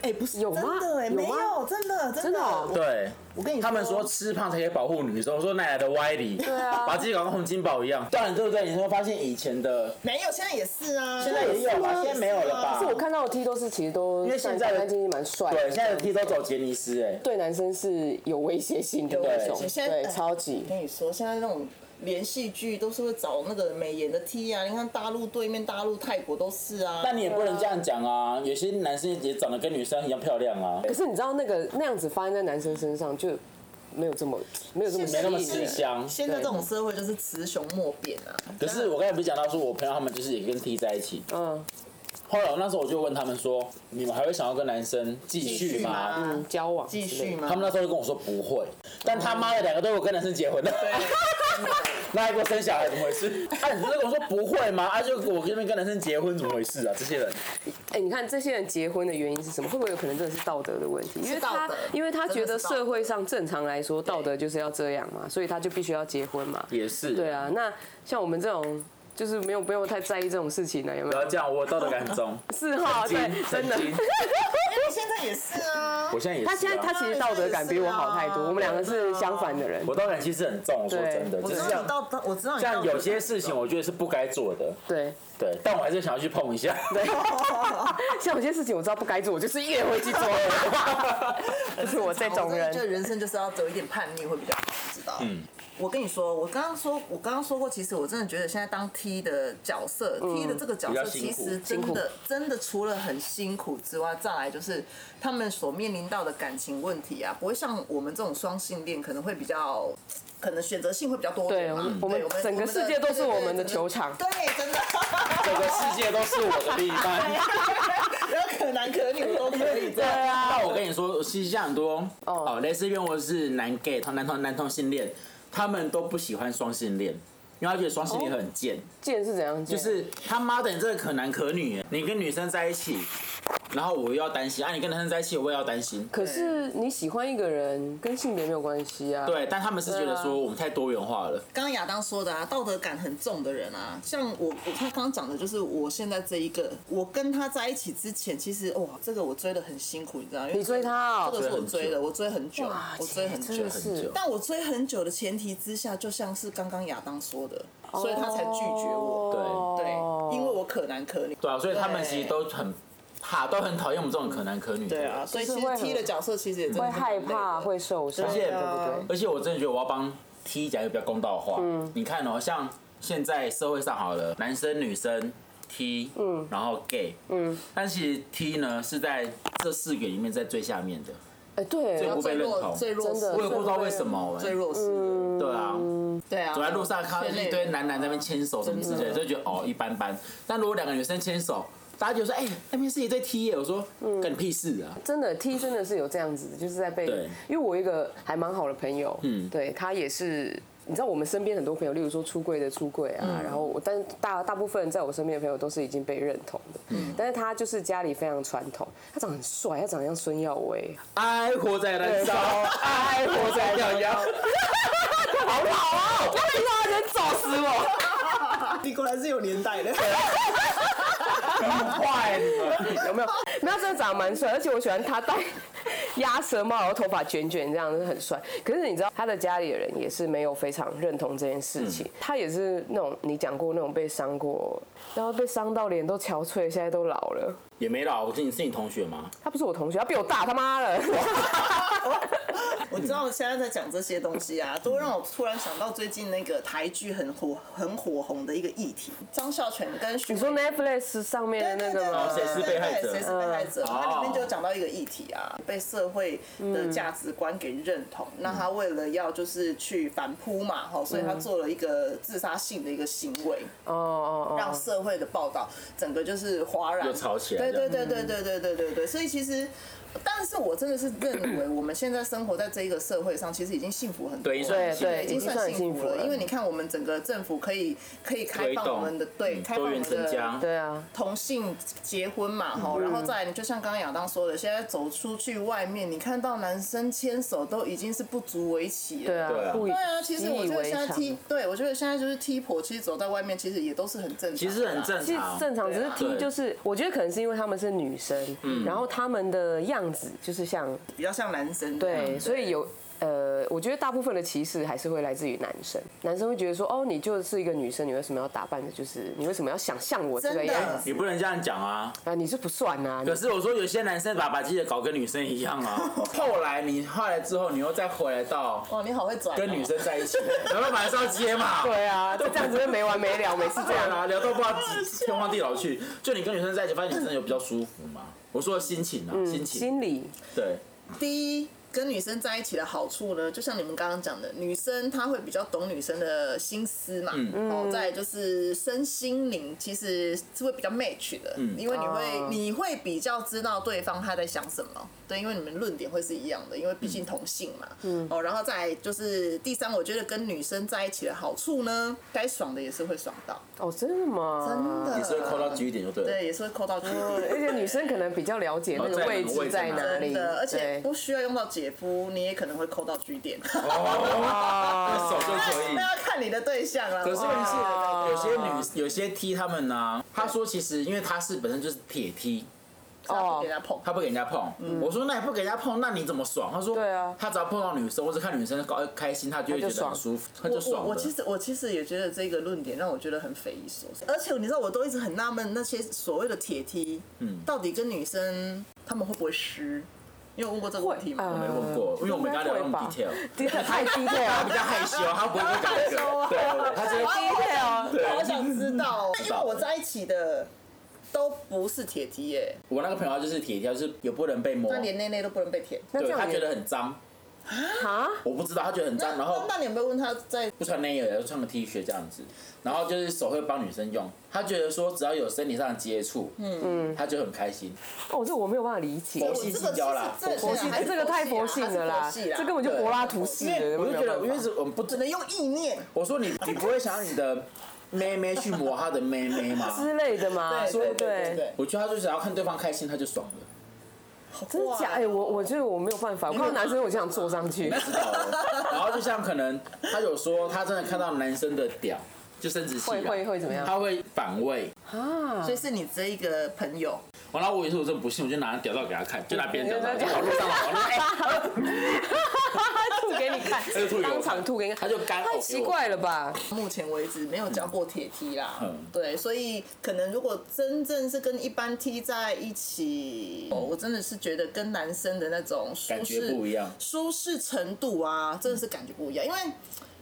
[SPEAKER 3] 哎，不是
[SPEAKER 1] 有吗
[SPEAKER 3] 真的哎，
[SPEAKER 1] 有吗
[SPEAKER 3] 没有，真的，
[SPEAKER 1] 真的哦
[SPEAKER 3] 我
[SPEAKER 2] 对。
[SPEAKER 3] 我跟你
[SPEAKER 2] 他们说吃胖才可以保护女生，我说哪来的歪理？对
[SPEAKER 1] 啊
[SPEAKER 2] 把自己搞成洪金宝一样。当然对不对？你会发现以前的
[SPEAKER 3] 没有，现在也是啊，
[SPEAKER 2] 现在也有啊，现在没有了吧？
[SPEAKER 1] 可是我看到的 T 都是其实都
[SPEAKER 2] 因为
[SPEAKER 1] 算
[SPEAKER 2] 现在
[SPEAKER 1] 干
[SPEAKER 2] 的
[SPEAKER 1] 干净净，蛮帅
[SPEAKER 2] 对，
[SPEAKER 1] 的，
[SPEAKER 2] 现在的 T 都走杰尼斯哎、
[SPEAKER 1] 对男生是有威胁性的
[SPEAKER 3] 有
[SPEAKER 1] 那种
[SPEAKER 3] 而且，现在
[SPEAKER 1] 对，超级
[SPEAKER 3] 我。跟你说，现在那种连续剧都是会找那个美颜的 T 啊，你看大陆对面、大陆、泰国都是啊。
[SPEAKER 2] 但你也不能这样讲啊，有些男生也长得跟女生一样漂亮啊，
[SPEAKER 1] 可是你知道那个那样子发生在男生身上就没有这么没有这么
[SPEAKER 2] 没那么
[SPEAKER 1] 吸引
[SPEAKER 2] 吃
[SPEAKER 1] 人
[SPEAKER 2] 香。
[SPEAKER 3] 啊现在这种社会就是雌雄莫辨啊。
[SPEAKER 2] 可是我刚才不是讲到说，我朋友他们就是也跟 T 在一起。
[SPEAKER 1] 嗯
[SPEAKER 2] 后来我那时候我就问他们说，你们还会想要跟男生继续吗？
[SPEAKER 1] 嗯，交往
[SPEAKER 3] 继
[SPEAKER 1] 之类
[SPEAKER 3] 续
[SPEAKER 1] 的
[SPEAKER 3] 吗？
[SPEAKER 2] 他们那时候就跟我说不会，但他妈的两个都有跟男生结婚了。 (laughs)
[SPEAKER 3] 哎
[SPEAKER 2] 那还给我生小孩，怎么回事？ (laughs) 啊，你不是跟我说不会吗？啊，就我这边跟男生结婚，怎么回事啊？这些人，
[SPEAKER 1] 哎、你看这些人结婚的原因是什么？会不会有可能真的是道德的问题？因为
[SPEAKER 3] 道
[SPEAKER 1] 他
[SPEAKER 3] 德
[SPEAKER 1] 因为他觉
[SPEAKER 3] 真
[SPEAKER 1] 得
[SPEAKER 3] 的是道德
[SPEAKER 1] 社会上正常来说道德就是要这样嘛，所以他就必须要结婚嘛。
[SPEAKER 2] 也是
[SPEAKER 1] 对啊，那像我们这种。就是没有不用太在意这种事情了、有没
[SPEAKER 2] 不
[SPEAKER 1] 有？
[SPEAKER 3] 啊
[SPEAKER 2] 要这样，我有道德感很重。
[SPEAKER 1] 是哈，对，真的
[SPEAKER 2] 神。经
[SPEAKER 3] 哎现在也是
[SPEAKER 1] (laughs)
[SPEAKER 3] 啊。
[SPEAKER 2] 我现在也是啊、
[SPEAKER 1] 他现在他其实道德感比我好太多，我们两个是相反的人。
[SPEAKER 2] 我道德感其实很重，我说
[SPEAKER 1] 对
[SPEAKER 2] 真的，
[SPEAKER 3] 我
[SPEAKER 2] 就
[SPEAKER 3] 知
[SPEAKER 2] 是
[SPEAKER 3] 道
[SPEAKER 2] 像
[SPEAKER 3] 你到，我知道你到
[SPEAKER 2] 像有些事情，我觉得是不该做的，
[SPEAKER 1] 对，
[SPEAKER 2] 对，但我还是想要去碰一下。 (laughs) 对，
[SPEAKER 1] (laughs) 像有些事情我知道不该做，我就是越会去做。 (laughs) 就是我这种
[SPEAKER 3] 我真的觉得
[SPEAKER 1] 人。
[SPEAKER 3] 人生就是要走一点叛逆会比较好，知道？嗯。我跟你说，我刚刚说，我刚刚说过，其实我真的觉得现在当 T 的角色、t 的这个角
[SPEAKER 2] 比
[SPEAKER 3] 色，
[SPEAKER 2] 较辛
[SPEAKER 3] 其
[SPEAKER 2] 苦
[SPEAKER 3] 实真
[SPEAKER 1] 辛苦
[SPEAKER 3] 的真的除了很辛苦之外，再来就是他们所面临到的感情问题啊，不会像我们这种双性恋可能会比较，可能选择性会比较多
[SPEAKER 1] 对
[SPEAKER 3] 元嘛。
[SPEAKER 1] 我们
[SPEAKER 3] 对
[SPEAKER 1] 我们整个
[SPEAKER 3] 我们的
[SPEAKER 1] 世界都是我们的
[SPEAKER 3] 对对对
[SPEAKER 1] 球场
[SPEAKER 3] 对，
[SPEAKER 1] (laughs)
[SPEAKER 3] 真的，
[SPEAKER 2] 整个世界都是我的另一半。
[SPEAKER 3] (laughs) 然后可男可女都可以这
[SPEAKER 1] 对
[SPEAKER 3] 样。
[SPEAKER 1] 啊，
[SPEAKER 2] 但我跟你说，其实像很多哦，蕾丝边或者是男 gay、同男同男同性恋，他们都不喜欢双性恋，因为他觉得双性恋很贱。
[SPEAKER 1] 贱是怎样贱？
[SPEAKER 2] 就是他妈的，你这个可男可女耶，你跟女生在一起，然后我又要担心啊，你跟男生在一起，我也要担心。
[SPEAKER 1] 可是你喜欢一个人跟性别没有关系啊。
[SPEAKER 2] 对，但他们是觉得
[SPEAKER 1] 对啊
[SPEAKER 2] 说我们太多元化了，
[SPEAKER 3] 刚刚亚当说的啊，道德感很重的人啊，像我，我他刚刚讲的就是我现在这一个，我跟他在一起之前，其实哇，这个我追的很辛苦，你知道？因为
[SPEAKER 1] 你追他哦
[SPEAKER 3] 这个是我追的，我追很久
[SPEAKER 1] 哇，，
[SPEAKER 3] 我追很
[SPEAKER 1] 真
[SPEAKER 3] 久
[SPEAKER 1] 的。是
[SPEAKER 3] 但我追很久的前提之下，就像是刚刚亚当说的，
[SPEAKER 1] 哦
[SPEAKER 3] 所以他才拒绝我。
[SPEAKER 2] 对
[SPEAKER 3] 对，因为我可男可女。
[SPEAKER 2] 对啊，所以他们其实都很怕，都很讨厌我们这种可男可女。
[SPEAKER 3] 对啊，，所以其
[SPEAKER 1] 哦就是会
[SPEAKER 3] 实
[SPEAKER 1] 很
[SPEAKER 3] T 的角色其实也真的
[SPEAKER 1] 会
[SPEAKER 3] 是
[SPEAKER 1] 害
[SPEAKER 3] 蛮累
[SPEAKER 1] 怕
[SPEAKER 3] 的
[SPEAKER 1] 会受伤，
[SPEAKER 2] 而且
[SPEAKER 1] 对不对？
[SPEAKER 2] 而且我真的觉得我要帮 T 讲一个比较公道的话，你看哦，像现在社会上好了，男生女生 T，嗯，然后 gay，嗯，但其实 T 呢是在这四个里面在最下面的，
[SPEAKER 1] 哎，对
[SPEAKER 2] 最，不被
[SPEAKER 3] 最
[SPEAKER 2] 认
[SPEAKER 3] 弱
[SPEAKER 2] 同，
[SPEAKER 3] 最弱
[SPEAKER 1] 真
[SPEAKER 3] 势
[SPEAKER 1] 的
[SPEAKER 2] 我也不知道为什么、
[SPEAKER 3] 哦最
[SPEAKER 2] 哎，
[SPEAKER 3] 弱
[SPEAKER 1] 嗯
[SPEAKER 3] 势的，
[SPEAKER 2] 对啊，
[SPEAKER 3] 对啊，
[SPEAKER 2] 走在路上看到一堆男男在那边牵手什么之类的，就觉得哦一般般。但如果两个女生牵手，大家就说哎、那边是一对 T 耶，我说干你屁事啊！
[SPEAKER 1] 真的 T 真的是有这样子的，就是在被
[SPEAKER 2] 对，
[SPEAKER 1] 因为我有一个还蛮好的朋友，嗯，对他也是。你知道我们身边很多朋友，例如说出柜的出柜啊，然后我，但大大部分人在我身边的朋友都是已经被认同的，但是他就是家里非常传统，他长得很帅，他长得像孙耀威，
[SPEAKER 2] 爱活在燃烧，爱活在摇摇，
[SPEAKER 1] 好老啊！
[SPEAKER 3] 还是有年代的。
[SPEAKER 2] 坏你们，
[SPEAKER 1] 有没有？没有，真的长得蛮帅，而且我喜欢他戴 (laughs) 鸭舌帽，然后头发卷卷这样子很帅。可是你知道，他的家里的人也是没有非常认同这件事情，他也是那种你讲过那种被伤过，然后被伤到脸都憔悴，现在都老了。
[SPEAKER 2] 也没老。我是你是你同学吗？
[SPEAKER 1] 他不是我同学，他比我大他妈的。 (laughs)
[SPEAKER 3] 我知道现在在讲这些东
[SPEAKER 2] (laughs)
[SPEAKER 3] 西啊，都让我突然想到最近那个台剧很火、很火红的一个议题，张孝全跟徐
[SPEAKER 1] 你说 Netflix 上面的那个吗？
[SPEAKER 2] 对对对对谁是被害者
[SPEAKER 3] 对谁是被害者？
[SPEAKER 2] 嗯
[SPEAKER 3] 它里面就有讲到一个议题啊，
[SPEAKER 1] 嗯
[SPEAKER 3] 被社会的价值观给认同。那他为了要就是去反扑嘛，哈，所以
[SPEAKER 1] 嗯
[SPEAKER 3] 他做了一个自杀性的一个行为，
[SPEAKER 1] 哦哦
[SPEAKER 3] 让
[SPEAKER 1] 哦，
[SPEAKER 3] 社会的报道整个就是哗然，
[SPEAKER 2] 又吵起来嗯
[SPEAKER 3] 对对对对对对对对对，所以其实。但是我真的是认为，我们现在生活在这一个社会上，其实已经幸福很多了。
[SPEAKER 2] 对
[SPEAKER 1] 对
[SPEAKER 2] 算
[SPEAKER 1] 对，
[SPEAKER 3] 已经算
[SPEAKER 1] 很
[SPEAKER 3] 幸
[SPEAKER 1] 幸
[SPEAKER 3] 福
[SPEAKER 1] 福
[SPEAKER 3] 了，
[SPEAKER 1] 了，
[SPEAKER 3] 因为你看我们整个政府可以可以开放我们的对
[SPEAKER 2] 嗯
[SPEAKER 3] 开放
[SPEAKER 2] 多
[SPEAKER 3] 我们
[SPEAKER 2] 元成
[SPEAKER 3] 的
[SPEAKER 2] 家。
[SPEAKER 1] 对啊，
[SPEAKER 3] 同性结婚
[SPEAKER 1] 嗯
[SPEAKER 3] 嘛吼，然后再来你就像刚刚亚当说的，现在走出去外面，你看到男生牵手都已经是不足为奇了。
[SPEAKER 1] 对啊
[SPEAKER 2] 对啊，
[SPEAKER 1] 不以
[SPEAKER 3] 对啊，其实我
[SPEAKER 1] 习以
[SPEAKER 3] 觉得
[SPEAKER 1] 为
[SPEAKER 3] 现在
[SPEAKER 1] 常。
[SPEAKER 3] T，对我觉得现在就是 T 婆，其实走在外面其实也都是很正常的啦，
[SPEAKER 2] 其实很正
[SPEAKER 1] 其实
[SPEAKER 2] 常，
[SPEAKER 1] 正常，只是
[SPEAKER 3] 对
[SPEAKER 1] T 就是，我觉得可能是因为他们是女生，然后他们的样子就是像
[SPEAKER 3] 比较像男生这样。
[SPEAKER 1] 对，所以有呃，我觉得大部分的歧视还是会来自于男生，男生会觉得说，哦，你就是一个女生，你为什么要打扮的，就是你为什么要想像我这个
[SPEAKER 3] 真的
[SPEAKER 1] 样子
[SPEAKER 2] 你不能这样讲啊。
[SPEAKER 1] 啊？你是不算啊，你
[SPEAKER 2] 可是我说有些男生把把自己的搞跟女生一样啊。 (laughs) 后来你后来之后，你又再回来到
[SPEAKER 3] 哇，你好会转哦，
[SPEAKER 2] 跟女生在一起， (laughs) 然后马上要接嘛。
[SPEAKER 1] 对
[SPEAKER 2] (laughs)
[SPEAKER 1] 啊，就这样子会没完没了，每次这
[SPEAKER 2] 对
[SPEAKER 1] 样。
[SPEAKER 2] 啊，聊到不知道几天荒地老去。就你跟女生在一起，发现女生有比较舒服嘛？我说的心情啊，心情。
[SPEAKER 1] 心理
[SPEAKER 2] 对，
[SPEAKER 3] 第一，跟女生在一起的好处呢，就像你们刚刚讲的，女生她会比较懂女生的心思嘛，
[SPEAKER 2] 嗯
[SPEAKER 1] 嗯
[SPEAKER 3] 然后再来就是身心灵其实是会比较 match 的，
[SPEAKER 2] 嗯
[SPEAKER 3] 因为你会、
[SPEAKER 1] 哦
[SPEAKER 3] 你会比较知道对方他在想什么，对，因为你们论点会是一样的，因为毕竟同性嘛，
[SPEAKER 1] 嗯
[SPEAKER 3] 哦，然后再来就是第三，我觉得跟女生在一起的好处呢，该爽的也是会爽到，
[SPEAKER 1] 哦，真的吗？
[SPEAKER 3] 真的，
[SPEAKER 2] 你是会扣到局点就对了。
[SPEAKER 3] 对，也是会扣到距
[SPEAKER 1] 嗯。
[SPEAKER 3] 离。
[SPEAKER 1] 而且女生可能比较了解那
[SPEAKER 2] 哦
[SPEAKER 1] 个
[SPEAKER 2] 在哪
[SPEAKER 1] 位
[SPEAKER 2] 个位
[SPEAKER 1] 置
[SPEAKER 2] 置
[SPEAKER 1] 在
[SPEAKER 2] 嘛
[SPEAKER 1] 哪
[SPEAKER 3] 真
[SPEAKER 1] 里，
[SPEAKER 3] 的，而且
[SPEAKER 1] 对
[SPEAKER 3] 不需要用到姐夫，你也可能会扣到据点。
[SPEAKER 2] 哦， (laughs) 手就可以。
[SPEAKER 3] (laughs) 那要看你的对象啊了。
[SPEAKER 2] 可是问题
[SPEAKER 1] 哦
[SPEAKER 2] 是，有些女有些 T 他们呢，他说其实因为他是本身就是铁 T，
[SPEAKER 3] 哦，给他碰，
[SPEAKER 2] 他不给人家碰。我说那也不给人家碰，那你怎么爽？他说
[SPEAKER 1] 对啊
[SPEAKER 2] 他只要碰到女生或者看女生高开心，他就会觉得很舒服，他就
[SPEAKER 3] 我我
[SPEAKER 2] 爽
[SPEAKER 3] 我
[SPEAKER 2] 了。
[SPEAKER 3] 其实我其实也觉得这个论点让我觉得很匪夷所思，而且你知道我都一直很纳闷那些所谓的铁梯，嗯，到底跟女生他们会不会湿？你有问过这个问题
[SPEAKER 1] 会嗯
[SPEAKER 3] 吗？
[SPEAKER 2] 没问过，因为我们刚刚聊那么
[SPEAKER 1] 应该
[SPEAKER 2] detail，
[SPEAKER 1] 啊低调太低调
[SPEAKER 2] 他比
[SPEAKER 1] 了，
[SPEAKER 2] 较害羞，他不会讲这个，对，他
[SPEAKER 1] 低
[SPEAKER 2] 就
[SPEAKER 1] 调啊。
[SPEAKER 3] 我好想知道哦，因为我在一起的都不是铁梯耶，
[SPEAKER 2] 我那个朋友就是铁 T，就是也不能被摸
[SPEAKER 3] 那，连内内都不能被舔。
[SPEAKER 1] 那这
[SPEAKER 2] 对
[SPEAKER 1] 样
[SPEAKER 2] 他
[SPEAKER 1] 也
[SPEAKER 2] 觉得很脏，
[SPEAKER 1] 啊，
[SPEAKER 2] 我不知道他觉得很
[SPEAKER 3] 那
[SPEAKER 2] 脏，然后
[SPEAKER 3] 那那你有没有问他在
[SPEAKER 2] 不穿内衣了，穿个 T 恤这样子，然后就是手会帮女生用，他觉得说只要有身体上的接触，嗯嗯，他就很开心。
[SPEAKER 1] 哦，这我没有办法理解。
[SPEAKER 2] 佛系性交啦，
[SPEAKER 3] 这个
[SPEAKER 2] 佛
[SPEAKER 1] 佛
[SPEAKER 2] 系
[SPEAKER 1] 系
[SPEAKER 3] 还是
[SPEAKER 1] 哎这个太佛性了啦，
[SPEAKER 3] 佛系啦
[SPEAKER 1] 这根本就柏拉图式
[SPEAKER 2] 因为
[SPEAKER 1] 的，
[SPEAKER 2] 我就
[SPEAKER 1] 没有办
[SPEAKER 2] 觉得，
[SPEAKER 1] 法
[SPEAKER 2] 因为是我们不
[SPEAKER 3] 只
[SPEAKER 2] 真的，
[SPEAKER 3] 能用意念？
[SPEAKER 2] 我说你你不会想让你的妹妹去磨她的妹
[SPEAKER 1] (laughs)
[SPEAKER 2] 妹吗？
[SPEAKER 1] 之类的嘛，
[SPEAKER 3] 对
[SPEAKER 1] 对不
[SPEAKER 3] 对
[SPEAKER 1] 啊对？
[SPEAKER 3] 对
[SPEAKER 2] 我觉得他就想要看对方开心，他就爽了。 (laughs)
[SPEAKER 1] 真的假？
[SPEAKER 3] 哇
[SPEAKER 1] 哎，我我觉得我没有办法，我看到男生我就想坐上去
[SPEAKER 2] 知
[SPEAKER 1] (laughs)
[SPEAKER 2] 道了。然后就像可能他有说，他真的看到男生的屌，就生殖器啊
[SPEAKER 1] 会会会怎么样
[SPEAKER 2] 他会反胃。
[SPEAKER 1] 啊
[SPEAKER 3] 所。以是你这一个朋友，
[SPEAKER 2] 然后我有一次我真的不信，我就拿屌照给他看，就拿别人
[SPEAKER 1] (laughs)
[SPEAKER 2] 屌照，就网络上网络哎，
[SPEAKER 1] (laughs) 吐给你看
[SPEAKER 2] 就吐给我，看
[SPEAKER 1] 当场吐给你
[SPEAKER 2] 他
[SPEAKER 1] 看，
[SPEAKER 2] 就干呕给
[SPEAKER 1] 太
[SPEAKER 2] 我
[SPEAKER 1] 奇怪了吧？
[SPEAKER 3] 目前为止没有交过铁梯啦，
[SPEAKER 2] 嗯
[SPEAKER 3] 对，所以可能如果真正是跟一般梯在一起，哦我真的是觉得跟男生的那种舒适
[SPEAKER 2] 感觉不一样
[SPEAKER 3] 舒适程度啊，真的是感觉不一样，因为。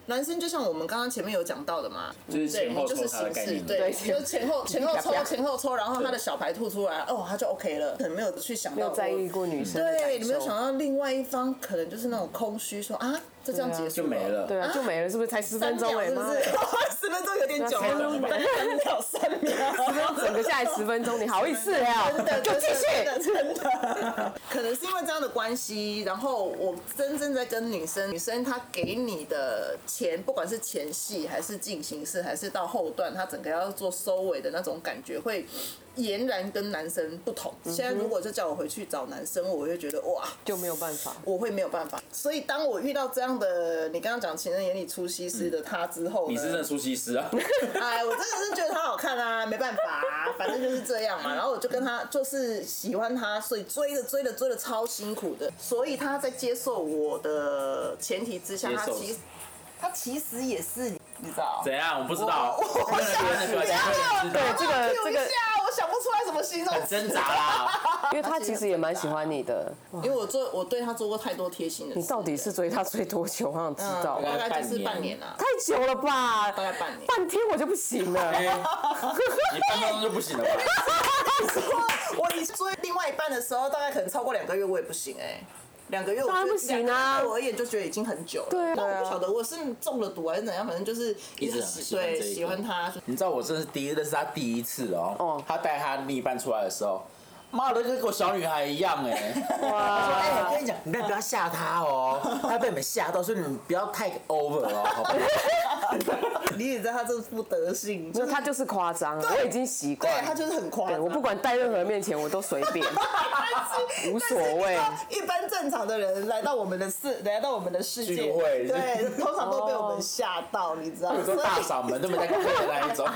[SPEAKER 3] 男生就像我们刚刚前面有讲到的嘛，
[SPEAKER 2] 就是
[SPEAKER 3] 对，
[SPEAKER 2] 前后
[SPEAKER 3] 你就
[SPEAKER 2] 抽
[SPEAKER 3] 是
[SPEAKER 2] 查的
[SPEAKER 3] 形
[SPEAKER 2] 概
[SPEAKER 3] 式
[SPEAKER 2] 念，
[SPEAKER 3] 对，
[SPEAKER 1] 对
[SPEAKER 3] 就是前后前后抽
[SPEAKER 1] 啪啪
[SPEAKER 3] 前后抽，然后他的小排吐出来，哦，他就 OK 了，可能没有去想到
[SPEAKER 1] 没有在意
[SPEAKER 3] 过
[SPEAKER 1] 过女生的
[SPEAKER 3] 对，
[SPEAKER 1] 感
[SPEAKER 3] 你没有想
[SPEAKER 1] 受，
[SPEAKER 3] 到另外一方可能就是那种空虚，说啊，这这样结
[SPEAKER 1] 对啊
[SPEAKER 3] 束
[SPEAKER 2] 就没了。
[SPEAKER 1] 对啊，就没了，是不是？才十分钟哎，
[SPEAKER 3] 是不
[SPEAKER 1] 妈
[SPEAKER 3] 是
[SPEAKER 1] 的，？
[SPEAKER 3] (laughs) 十分钟有点久
[SPEAKER 1] 三
[SPEAKER 3] 了，
[SPEAKER 1] 秒
[SPEAKER 3] 大概三秒，三 (laughs) 秒，
[SPEAKER 1] 整个下来十分钟，你好意思呀？ (laughs) 就继续。
[SPEAKER 3] 真的，可能是因为这样的关系，然后我真正在跟女生，女生她给你的前，不管是前戏还是进行式，还是到后段，她整个要做收尾的那种感觉，会俨然跟男生不同。现在如果就叫我回去找男生，我会觉得哇，
[SPEAKER 1] 就没有办法。
[SPEAKER 3] 我会没有办法。所以当我遇到这样的，你刚刚讲情人眼里出西施的他之后呢，
[SPEAKER 2] 你是认出西 (laughs) 施啊？
[SPEAKER 3] 哎，我真的是觉得他好看啊，没办法、啊，反正就是这样嘛。然后我就跟他就是喜欢他，所以追着追着追着超辛苦的。所以他在接受我的前提之下，
[SPEAKER 2] 接
[SPEAKER 3] 他
[SPEAKER 2] 受
[SPEAKER 3] 其实他其实也是你知道。
[SPEAKER 2] 怎样？我不知道，看了别人的表情就知
[SPEAKER 1] 对
[SPEAKER 2] 道，
[SPEAKER 1] 这个
[SPEAKER 3] 我 cue
[SPEAKER 1] 这
[SPEAKER 3] 一
[SPEAKER 1] 个
[SPEAKER 3] 下，哎我想不出来怎么形容
[SPEAKER 2] 很挣扎 (laughs) 啦。
[SPEAKER 1] 因为他其实也蛮喜欢你的，
[SPEAKER 3] 因为我做我对他做过太多贴心的事，
[SPEAKER 1] 你到底是追他追多久？我想知
[SPEAKER 3] 嗯
[SPEAKER 1] 道，
[SPEAKER 3] 大概就是半年啊，
[SPEAKER 1] 太久了吧？
[SPEAKER 3] 大概半年。
[SPEAKER 1] 半天我就不行了。
[SPEAKER 2] (laughs) 哎，你半分钟就不行了吧？
[SPEAKER 1] 哎
[SPEAKER 3] (laughs) 我以前追另外一半的时候，大概可能超过两个月，我也不行哎、两个月我
[SPEAKER 1] 当然
[SPEAKER 3] 觉得
[SPEAKER 1] 不行啊
[SPEAKER 3] 两个月对我而言就觉得已经很久了。
[SPEAKER 1] 对啊
[SPEAKER 3] 但我不晓得我是中了毒还是怎样，反正就是
[SPEAKER 2] 一直很喜欢
[SPEAKER 3] 对
[SPEAKER 2] 这一个
[SPEAKER 3] 喜欢他。 (laughs)
[SPEAKER 2] 你知道我这是第一，这是他第一次哦。
[SPEAKER 1] 哦
[SPEAKER 2] 他带他另一半出来的时候，妈的，跟个小女孩一样哎。
[SPEAKER 1] (laughs)
[SPEAKER 2] 他说：“哎，我跟你讲，你们不要吓他哦，他被你们吓到，所以你们不要太 over 哦，好不好？”
[SPEAKER 3] 你也知道他这副德性，
[SPEAKER 1] 就
[SPEAKER 3] 就是
[SPEAKER 1] 他就是夸张，我已经习
[SPEAKER 3] 对啊
[SPEAKER 1] 惯
[SPEAKER 3] 他
[SPEAKER 1] 了。
[SPEAKER 3] 就是很夸
[SPEAKER 1] 对
[SPEAKER 3] 张。
[SPEAKER 1] 我不
[SPEAKER 3] (laughs)
[SPEAKER 1] 管在任何人面前，我都随便。无所谓
[SPEAKER 3] 但是你知道一般正常的人来到我们的世，来到我们的世界，
[SPEAKER 2] 聚会
[SPEAKER 3] 对，通常都被
[SPEAKER 1] 哦
[SPEAKER 3] 我们吓到，你知道吗？
[SPEAKER 2] 说大
[SPEAKER 3] 所以
[SPEAKER 2] 嗓门都没在看的那一种。 (laughs)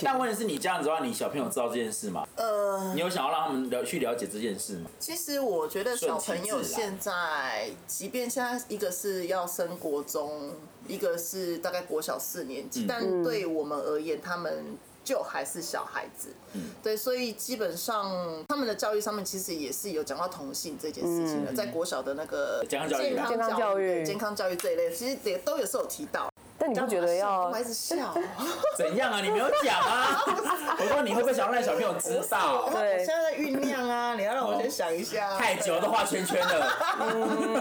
[SPEAKER 2] 但问题是你这样子的话，你小朋友知道这件事吗？
[SPEAKER 3] 呃，
[SPEAKER 2] 你有想要让他们了去了解这件事吗？
[SPEAKER 3] 其实我觉得小朋
[SPEAKER 2] 顺
[SPEAKER 3] 友
[SPEAKER 2] 其自然
[SPEAKER 3] 现在，即便现在一个是要升国中，一个是大概国小四年
[SPEAKER 2] 嗯
[SPEAKER 3] 级，
[SPEAKER 1] 嗯
[SPEAKER 3] 但对我们而言，他们就还是小孩子。
[SPEAKER 2] 嗯
[SPEAKER 3] 对，所以基本上他们的教育上面其实也是有讲到同性这件事情的，在国小的那个
[SPEAKER 2] 健康教育啦
[SPEAKER 1] 嗯
[SPEAKER 2] 啊
[SPEAKER 1] 健康教育
[SPEAKER 3] 对健康教育这一类，其实也都有是有提到。啊
[SPEAKER 1] 但你不觉得要
[SPEAKER 3] 孩子笑？
[SPEAKER 2] 怎样啊？你没有讲啊！我说你会不会想要让小朋友知道？
[SPEAKER 1] (laughs) 对
[SPEAKER 3] 我现在在酝酿啊，你要让我先想一下。
[SPEAKER 2] (laughs)
[SPEAKER 3] 啊
[SPEAKER 2] 太久都画圈圈了，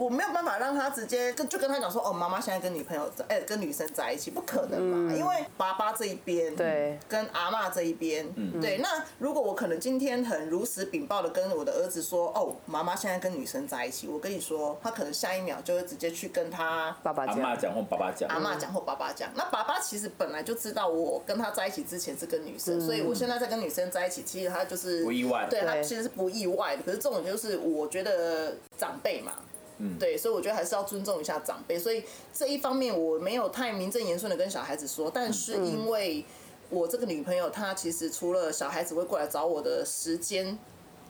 [SPEAKER 3] 我没有办法让他直接跟就跟他讲说，哦，妈妈现在跟女朋友在，哎、跟女生在一起，不可能嘛，因为爸爸这一边，
[SPEAKER 1] 对
[SPEAKER 3] 跟阿嬷这一边，对。那如果我可能今天很如实禀报的跟我的儿子说，哦，妈妈现在跟女生在一起，我跟你说，他可能下一秒就会直接去跟他
[SPEAKER 1] 爸爸
[SPEAKER 2] 阿
[SPEAKER 1] 这样
[SPEAKER 2] 妈？讲或爸爸讲，嗯
[SPEAKER 3] 阿妈讲或爸爸讲。那爸爸其实本来就知道我跟他在一起之前是跟女生，所以我现在在跟女生在一起，其实他就是
[SPEAKER 2] 嗯不意外
[SPEAKER 3] 对他
[SPEAKER 1] 对
[SPEAKER 3] 其实是不意外的。可是重点就是，我觉得长辈嘛。
[SPEAKER 2] 嗯
[SPEAKER 3] 对，所以我觉得还是要尊重一下长辈，所以这一方面我没有太名正言顺的跟小孩子说，但是
[SPEAKER 2] 嗯
[SPEAKER 3] 因为我这个女朋友，她其实除了小孩子会过来找我的时间，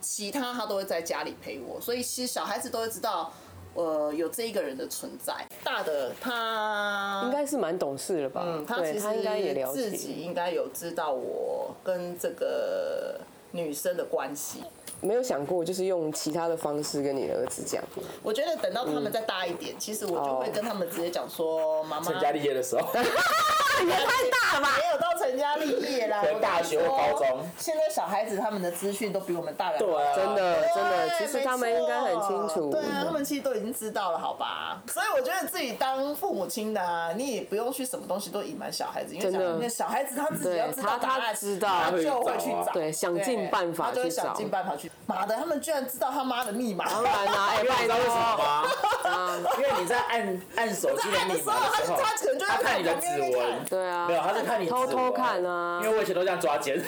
[SPEAKER 3] 其他她都会在家里陪我，所以其实小孩子都会知道，呃，有这一个人的存在。大的他
[SPEAKER 1] 应该是蛮懂事了吧？
[SPEAKER 3] 嗯，他
[SPEAKER 1] 对
[SPEAKER 3] 其实
[SPEAKER 1] 他应该也了
[SPEAKER 3] 自
[SPEAKER 1] 解
[SPEAKER 3] 己。应该有知道我跟这个女生的关系。
[SPEAKER 1] 没有想过就是用其他的方式跟你的儿子讲。
[SPEAKER 3] (laughs) 我觉得等到
[SPEAKER 2] 嗯
[SPEAKER 3] 他们再大一点，其实我就会跟他们直接讲说，妈妈
[SPEAKER 2] 哦成家立业的时候，
[SPEAKER 1] 也太大了吧？
[SPEAKER 3] 没有到成家立业
[SPEAKER 2] (laughs)
[SPEAKER 3] 啦，
[SPEAKER 2] 对
[SPEAKER 3] 我
[SPEAKER 2] 大学或高中
[SPEAKER 3] 跟你说现在小孩子他们的资讯都比我们大人
[SPEAKER 2] 对啊，
[SPEAKER 1] 真的真的，其实
[SPEAKER 3] 没
[SPEAKER 1] 他们应该很
[SPEAKER 3] 错
[SPEAKER 1] 清楚
[SPEAKER 3] 对。啊，他们其实都已经知道了，好吧？所以我觉得自己当父母亲的、啊，你也不用去什么东西都隐瞒小孩子，因为
[SPEAKER 1] 真的
[SPEAKER 3] 小因为小孩子他自己要
[SPEAKER 1] 对
[SPEAKER 3] 知道
[SPEAKER 1] 他
[SPEAKER 3] 答案
[SPEAKER 1] 他知道
[SPEAKER 3] 他就会去
[SPEAKER 2] 他会去找
[SPEAKER 3] 找，
[SPEAKER 2] 啊
[SPEAKER 1] 对想尽办法
[SPEAKER 3] 对他就会
[SPEAKER 1] 去找
[SPEAKER 3] 想尽办法去。妈的，他们居然知道他妈的密码，
[SPEAKER 1] 当
[SPEAKER 3] (laughs)
[SPEAKER 1] 然啦，哎，
[SPEAKER 2] 因为你
[SPEAKER 1] 拜
[SPEAKER 2] 知道为什么
[SPEAKER 1] 托，
[SPEAKER 2] 吗？因为你在按按手机的密码的时候，
[SPEAKER 3] 他可能就在
[SPEAKER 2] 他看你的指
[SPEAKER 3] 旁边在
[SPEAKER 2] 纹
[SPEAKER 3] 看，
[SPEAKER 1] 对啊，
[SPEAKER 2] 没有，他在看你指纹
[SPEAKER 1] 偷偷看啊
[SPEAKER 2] 因。为我以前都这样抓奸。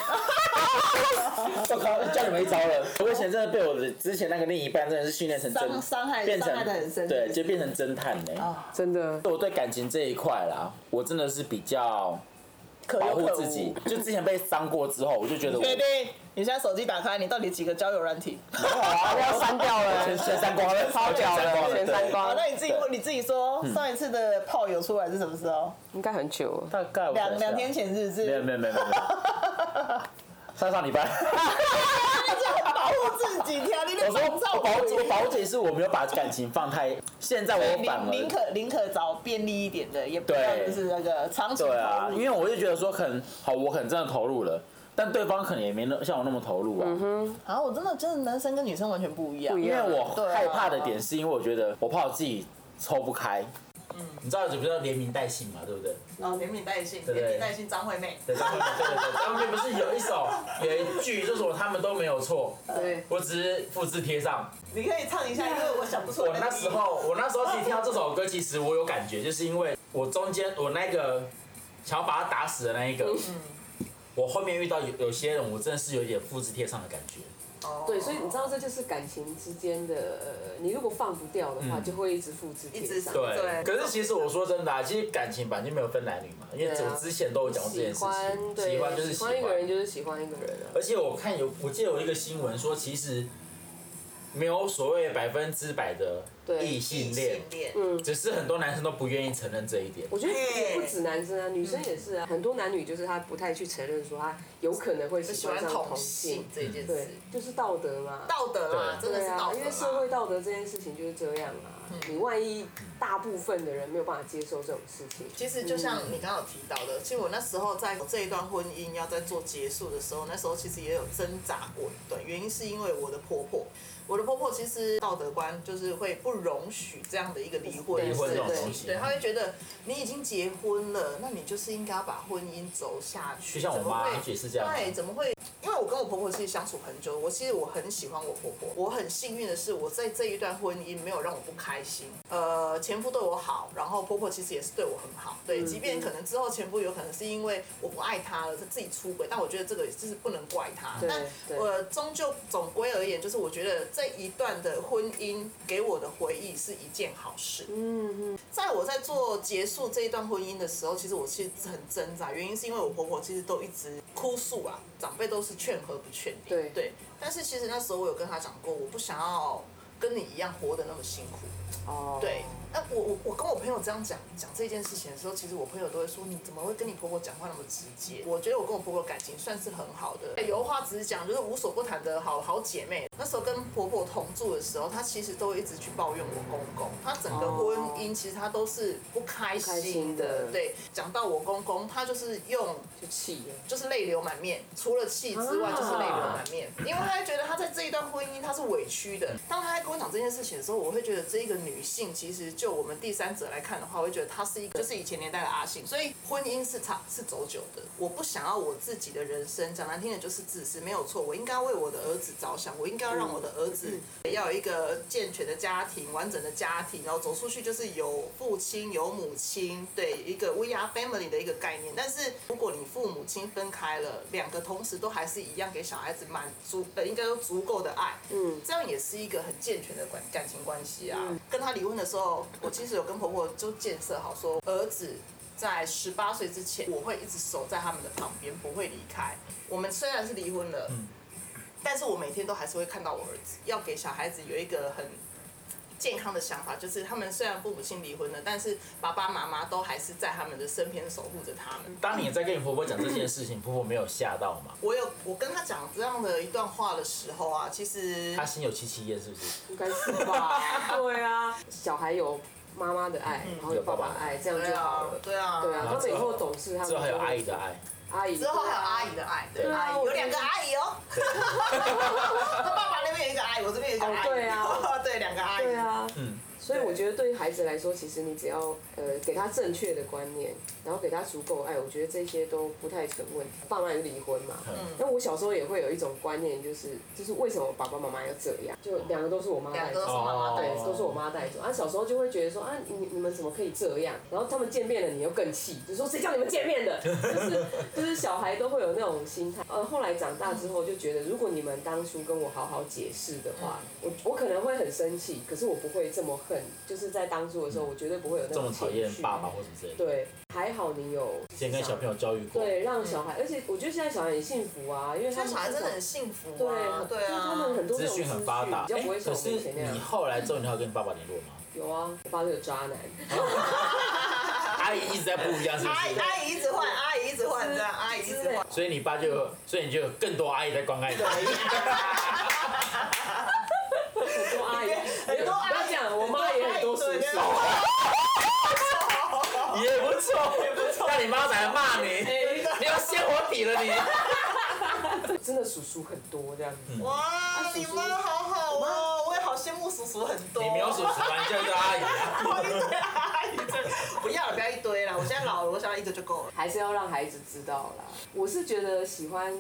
[SPEAKER 2] 我靠，叫你们一招了！我以前真的被我的之前那个另一半真的是训练成
[SPEAKER 3] 伤
[SPEAKER 2] 侦，
[SPEAKER 3] 伤害
[SPEAKER 2] 变成
[SPEAKER 3] 伤害得很深
[SPEAKER 2] 对，就变成侦探嘞、
[SPEAKER 1] 真的，
[SPEAKER 2] 我对感情这一块啦，我真的是比较
[SPEAKER 3] 可有
[SPEAKER 2] 保护
[SPEAKER 3] 可
[SPEAKER 2] 自
[SPEAKER 3] 无
[SPEAKER 1] 哎
[SPEAKER 2] 己。就之前被伤过之后，我就觉得我
[SPEAKER 3] 确定？你现在手机打开，你到底几个交友软体？
[SPEAKER 2] 好
[SPEAKER 1] 啊要删掉了
[SPEAKER 2] 全全删光了，
[SPEAKER 1] 超屌
[SPEAKER 2] 全删光
[SPEAKER 1] 的，
[SPEAKER 2] 了
[SPEAKER 1] 全三。
[SPEAKER 3] (laughs) 好，
[SPEAKER 1] 光
[SPEAKER 3] 那，你自己问你自己说，
[SPEAKER 2] 嗯
[SPEAKER 3] 上一次的炮友出来是什么时候？
[SPEAKER 1] 应该很久了。
[SPEAKER 2] 对大概我想
[SPEAKER 3] 两
[SPEAKER 2] 一下
[SPEAKER 3] 两天，前是不
[SPEAKER 2] 没有没
[SPEAKER 3] 是？
[SPEAKER 2] 有没有没有，没有上上礼
[SPEAKER 3] (laughs)
[SPEAKER 2] 拜。
[SPEAKER 3] 那这样保护自己，你啊，你
[SPEAKER 2] 我
[SPEAKER 3] 的
[SPEAKER 2] 说
[SPEAKER 3] 防
[SPEAKER 2] 我
[SPEAKER 3] 照
[SPEAKER 2] 保
[SPEAKER 3] 顾
[SPEAKER 2] 我保解是我没有把感情放太，现在我反
[SPEAKER 3] 宁宁
[SPEAKER 2] 而
[SPEAKER 3] 可宁可找便利一点的，也不要
[SPEAKER 2] 对
[SPEAKER 3] 就是那个长期
[SPEAKER 2] 对啊，
[SPEAKER 3] 投
[SPEAKER 2] 因
[SPEAKER 3] 入。
[SPEAKER 2] 为我就觉得说可能好，我可能真的投入了，但对方可能也没那像我那么投入啊，
[SPEAKER 3] 嗯然后我真的真的男生跟女生完全不一样
[SPEAKER 1] 不一，
[SPEAKER 2] 因
[SPEAKER 1] 样
[SPEAKER 2] 为我
[SPEAKER 3] 对啊
[SPEAKER 2] 害怕的点是因为我觉得我怕我自己抽不开。你知道什么叫连名带姓嘛，对不对？
[SPEAKER 3] 然后连名带姓，
[SPEAKER 2] 对对
[SPEAKER 3] 连名带姓张惠妹，
[SPEAKER 2] 对对对对，他们不是有一 (laughs) 首有一句就是我他们都没有错，
[SPEAKER 3] 对，
[SPEAKER 2] 我只是复制贴上。
[SPEAKER 3] 你可以唱一下，因为我想不出来。
[SPEAKER 2] 我那时候，我那时候其实听到这首歌，其实我
[SPEAKER 1] 嗯
[SPEAKER 2] 有感觉，就是因为我中间我那个想要把他打死的那一个，我后面遇到有有些人，我真的是有点复制贴上的感觉。
[SPEAKER 3] 哦
[SPEAKER 1] 对，所以你知道这就是感情之间的，呃你如果放不掉的话，就会一直复制
[SPEAKER 4] 一
[SPEAKER 1] 贴
[SPEAKER 4] 直
[SPEAKER 1] 上。
[SPEAKER 4] 对
[SPEAKER 2] 可是其实我说真的、啊，其实感情本来就没有分男女嘛，因为
[SPEAKER 1] 对啊
[SPEAKER 2] 我之前都有讲过这件
[SPEAKER 1] 喜
[SPEAKER 2] 事情，
[SPEAKER 1] 欢对，
[SPEAKER 2] 喜欢就是
[SPEAKER 1] 喜欢一个人就是喜欢一个人啊。
[SPEAKER 2] 而且我看有，我记得有一个新闻说，其实没有所谓百分之百的
[SPEAKER 1] 对嗯
[SPEAKER 2] 异性恋，
[SPEAKER 4] 恋，
[SPEAKER 2] 只是很多男生都不愿意承认这一点。
[SPEAKER 1] 我觉得也
[SPEAKER 4] 嘿
[SPEAKER 1] 不止男生啊，女生也是啊，很多男女就是他不太去承认说他有可能会
[SPEAKER 3] 就
[SPEAKER 1] 喜
[SPEAKER 3] 喜
[SPEAKER 1] 欢
[SPEAKER 3] 欢
[SPEAKER 1] 上
[SPEAKER 3] 同
[SPEAKER 1] 同
[SPEAKER 3] 性
[SPEAKER 1] 性，
[SPEAKER 3] 这件
[SPEAKER 1] 对
[SPEAKER 3] 事，，
[SPEAKER 1] 就是道德嘛。
[SPEAKER 3] 道德嘛，
[SPEAKER 2] 对
[SPEAKER 3] 真的
[SPEAKER 1] 对
[SPEAKER 3] 是道
[SPEAKER 1] 啊，
[SPEAKER 3] 德
[SPEAKER 1] 因
[SPEAKER 3] 嘛
[SPEAKER 1] 为社会道德这件事情就是这样啊。你万一大部分的人没有办法接受这种事情，
[SPEAKER 3] 其实就像你刚刚有提到的，其实我那时候在这一段婚姻要在做结束的时候，那时候其实也有挣扎过一段，原因是因为我的婆婆，我的婆婆其实道德观就是会不容许这样的一个离婚
[SPEAKER 1] 离婚
[SPEAKER 3] 的
[SPEAKER 1] 这种
[SPEAKER 3] 事
[SPEAKER 2] 东
[SPEAKER 3] 情
[SPEAKER 2] 西啊
[SPEAKER 3] 对，她会觉得你已经结婚了，那你就是应该要把婚姻走下去，
[SPEAKER 2] 就像我妈
[SPEAKER 3] 怎么会
[SPEAKER 2] 也是这样啊
[SPEAKER 3] 对，怎么会？因为我跟我婆婆其实相处很久，我其实我很喜欢我婆婆。我很幸运的是，我在这一段婚姻没有让我不开心。呃，前夫对我好，然后婆婆其实也是对我很好。
[SPEAKER 1] 嗯
[SPEAKER 3] 对，即便可能之后前夫有可能是因为我不爱他了，他自己出轨，但我觉得这个就是不能怪他。
[SPEAKER 1] 对
[SPEAKER 3] 但
[SPEAKER 1] 对
[SPEAKER 3] 我终究总归而言，就是我觉得这一段的婚姻给我的回忆是一件好事。在我在做结束这一段婚姻的时候，其实我其实很挣扎，原因是因为我婆婆其实都一直哭诉啊，长辈都是劝和不劝离。
[SPEAKER 1] 对
[SPEAKER 3] 对，但是其实那时候我有跟她讲过，我不想要跟你一样活得那么辛苦。
[SPEAKER 1] 哦，
[SPEAKER 3] 对，那我我我跟我朋友这样讲讲这件事情的时候，其实我朋友都会说，你怎么会跟你婆婆讲话那么直接？我觉得我跟我婆婆感情算是很好的，哎有话直讲，就是无所不谈的好好姐妹。那时候跟婆婆同住的时候，她其实都会一直去抱怨我公公，她整个婚姻其实她都是不开心的。
[SPEAKER 1] 哦不开心的
[SPEAKER 3] 对，讲到我公公，她就是用
[SPEAKER 1] 就气了。
[SPEAKER 3] 就是泪流满面，除了气之外
[SPEAKER 1] 啊
[SPEAKER 3] 就是泪流满面，因为他觉得他在这一段婚姻他是委屈的。当他在跟我讲这件事情的时候，我会觉得这一个女性其实就我们第三者来看的话，我会觉得她是一个就是以前年代的阿信，所以婚姻是长是走久的。我不想要我自己的人生，讲难听的就是自私，没有错，我应该为我的儿子着想，我应该要让我的儿子要有一个健全的家庭、完整的家庭，然后走出去就是有父亲有母亲，对一个 we are family 的一个概念。但是如果你父母亲分开了，两个同时都还是一样给小孩子满足，呃，应该说足够的爱，嗯，这样也是一个很健全的关感情关系啊。跟他离婚的时候，我其实有跟婆婆就建设好说，儿子在十八岁之前，我会一直守在他们的旁边，不会离开。我们虽然是离婚了，但是我每天都还是会看到我儿子，要给小孩子有一个很健康的想法，就是他们虽然父母亲离婚了，但是爸爸妈妈都还是在他们的身边守护着他们。
[SPEAKER 2] 当你在跟你婆婆讲这件事情，婆婆没有吓到嘛？
[SPEAKER 3] 我有我跟他讲这样的一段话的时候啊，其实
[SPEAKER 2] 她心有戚戚焉，是不是？
[SPEAKER 1] 应该是
[SPEAKER 3] (laughs)
[SPEAKER 1] 吧？对啊，小孩有妈妈的爱，然后有爸爸的爱，这样
[SPEAKER 3] 对
[SPEAKER 1] 就好
[SPEAKER 3] 啊
[SPEAKER 1] 了，。
[SPEAKER 3] 嗯对啊，
[SPEAKER 1] 对啊，
[SPEAKER 2] 然
[SPEAKER 1] 他
[SPEAKER 2] 后
[SPEAKER 1] 们
[SPEAKER 2] 之
[SPEAKER 1] 以
[SPEAKER 2] 后
[SPEAKER 1] 后懂事，他
[SPEAKER 2] 之后
[SPEAKER 1] 们
[SPEAKER 2] 还有
[SPEAKER 1] 就会
[SPEAKER 2] 阿姨的爱，
[SPEAKER 1] 阿姨，
[SPEAKER 3] 之后还有阿姨的爱，对，
[SPEAKER 2] 对啊
[SPEAKER 3] 阿姨
[SPEAKER 1] 我
[SPEAKER 3] 有两个阿
[SPEAKER 1] (laughs)
[SPEAKER 3] 姨哦，他爸爸那边有一个阿姨，我这边有一个阿姨，
[SPEAKER 1] 哦对啊
[SPEAKER 3] (laughs) 对，两个阿姨，
[SPEAKER 1] 对啊，
[SPEAKER 2] 嗯，
[SPEAKER 1] 所以我觉得对于孩子来说，其实你只要呃给他正确的观念，然后给他足够爱，我觉得这些都不太成问题。爸妈也是离婚嘛，
[SPEAKER 2] 嗯
[SPEAKER 1] 那我小时候也会有一种观念，就是就是为什么爸爸妈妈要这样？就两个都是我妈带
[SPEAKER 3] 两个都
[SPEAKER 1] 走
[SPEAKER 3] 是。妈妈带
[SPEAKER 1] 对
[SPEAKER 2] 哦
[SPEAKER 3] 的，，
[SPEAKER 1] 都是我妈带走。啊，小时候就会觉得说啊，你你们怎么可以这样？然后他们见面了，你又更气，就说谁叫你们见面的？
[SPEAKER 2] (laughs)
[SPEAKER 1] 就是就是小孩都会有那种心态。呃，后来长大之后就觉得，如果你们当初跟我好好解释的话，
[SPEAKER 2] 嗯
[SPEAKER 1] 我我可能会很生气，可是我不会这么恨。就是在当初的时候，我绝对不会有那
[SPEAKER 2] 嗯这
[SPEAKER 1] 种
[SPEAKER 2] 么讨
[SPEAKER 1] 情
[SPEAKER 2] 厌
[SPEAKER 1] 绪。
[SPEAKER 2] 爸爸或什么之类的，
[SPEAKER 1] 对，还好你有
[SPEAKER 2] 先跟小朋友嗯教育过。
[SPEAKER 1] 对让小孩，而且我觉得现在小孩很幸福啊，因为他
[SPEAKER 3] 现
[SPEAKER 1] 们
[SPEAKER 3] 在小孩
[SPEAKER 1] 至
[SPEAKER 3] 真
[SPEAKER 1] 少
[SPEAKER 3] 的很幸福
[SPEAKER 1] 对
[SPEAKER 3] 啊，对
[SPEAKER 1] 就是他们
[SPEAKER 3] 啊，
[SPEAKER 1] 很多这
[SPEAKER 2] 资
[SPEAKER 1] 种
[SPEAKER 2] 讯很发达，哎
[SPEAKER 1] 资讯比较不会像
[SPEAKER 2] 可
[SPEAKER 1] 我们以前
[SPEAKER 2] 是
[SPEAKER 1] 那样
[SPEAKER 2] 你。后来之后，你还有跟你爸爸联络吗？
[SPEAKER 1] 有啊，我爸是个渣男。
[SPEAKER 2] 哦阿姨一直在不一样，是不
[SPEAKER 3] 阿姨
[SPEAKER 2] 是？
[SPEAKER 3] 阿姨一直换，阿姨一直换，这样阿姨一直换。
[SPEAKER 2] 所以你爸就有，所以你就有更多阿姨在关爱你。
[SPEAKER 1] 很多阿姨，
[SPEAKER 3] 很多阿姨
[SPEAKER 1] 不要这样，我妈也很多叔
[SPEAKER 3] 对
[SPEAKER 1] 叔。
[SPEAKER 2] 也不错，也不错。哎让你妈来骂你，你要掀我底了你。
[SPEAKER 1] 真的叔叔很多这样
[SPEAKER 2] 嗯
[SPEAKER 1] 子。
[SPEAKER 3] 哇，你妈好好哦，我也好羡慕叔叔很多。
[SPEAKER 2] 你没有叔叔啊，你叫一个阿姨 (laughs) 啊。
[SPEAKER 3] 我一堆阿姨这不要了，不要一堆啦，我现在老了，我想要一个就够了。
[SPEAKER 1] 还是要让孩子知道啦。我是觉得喜欢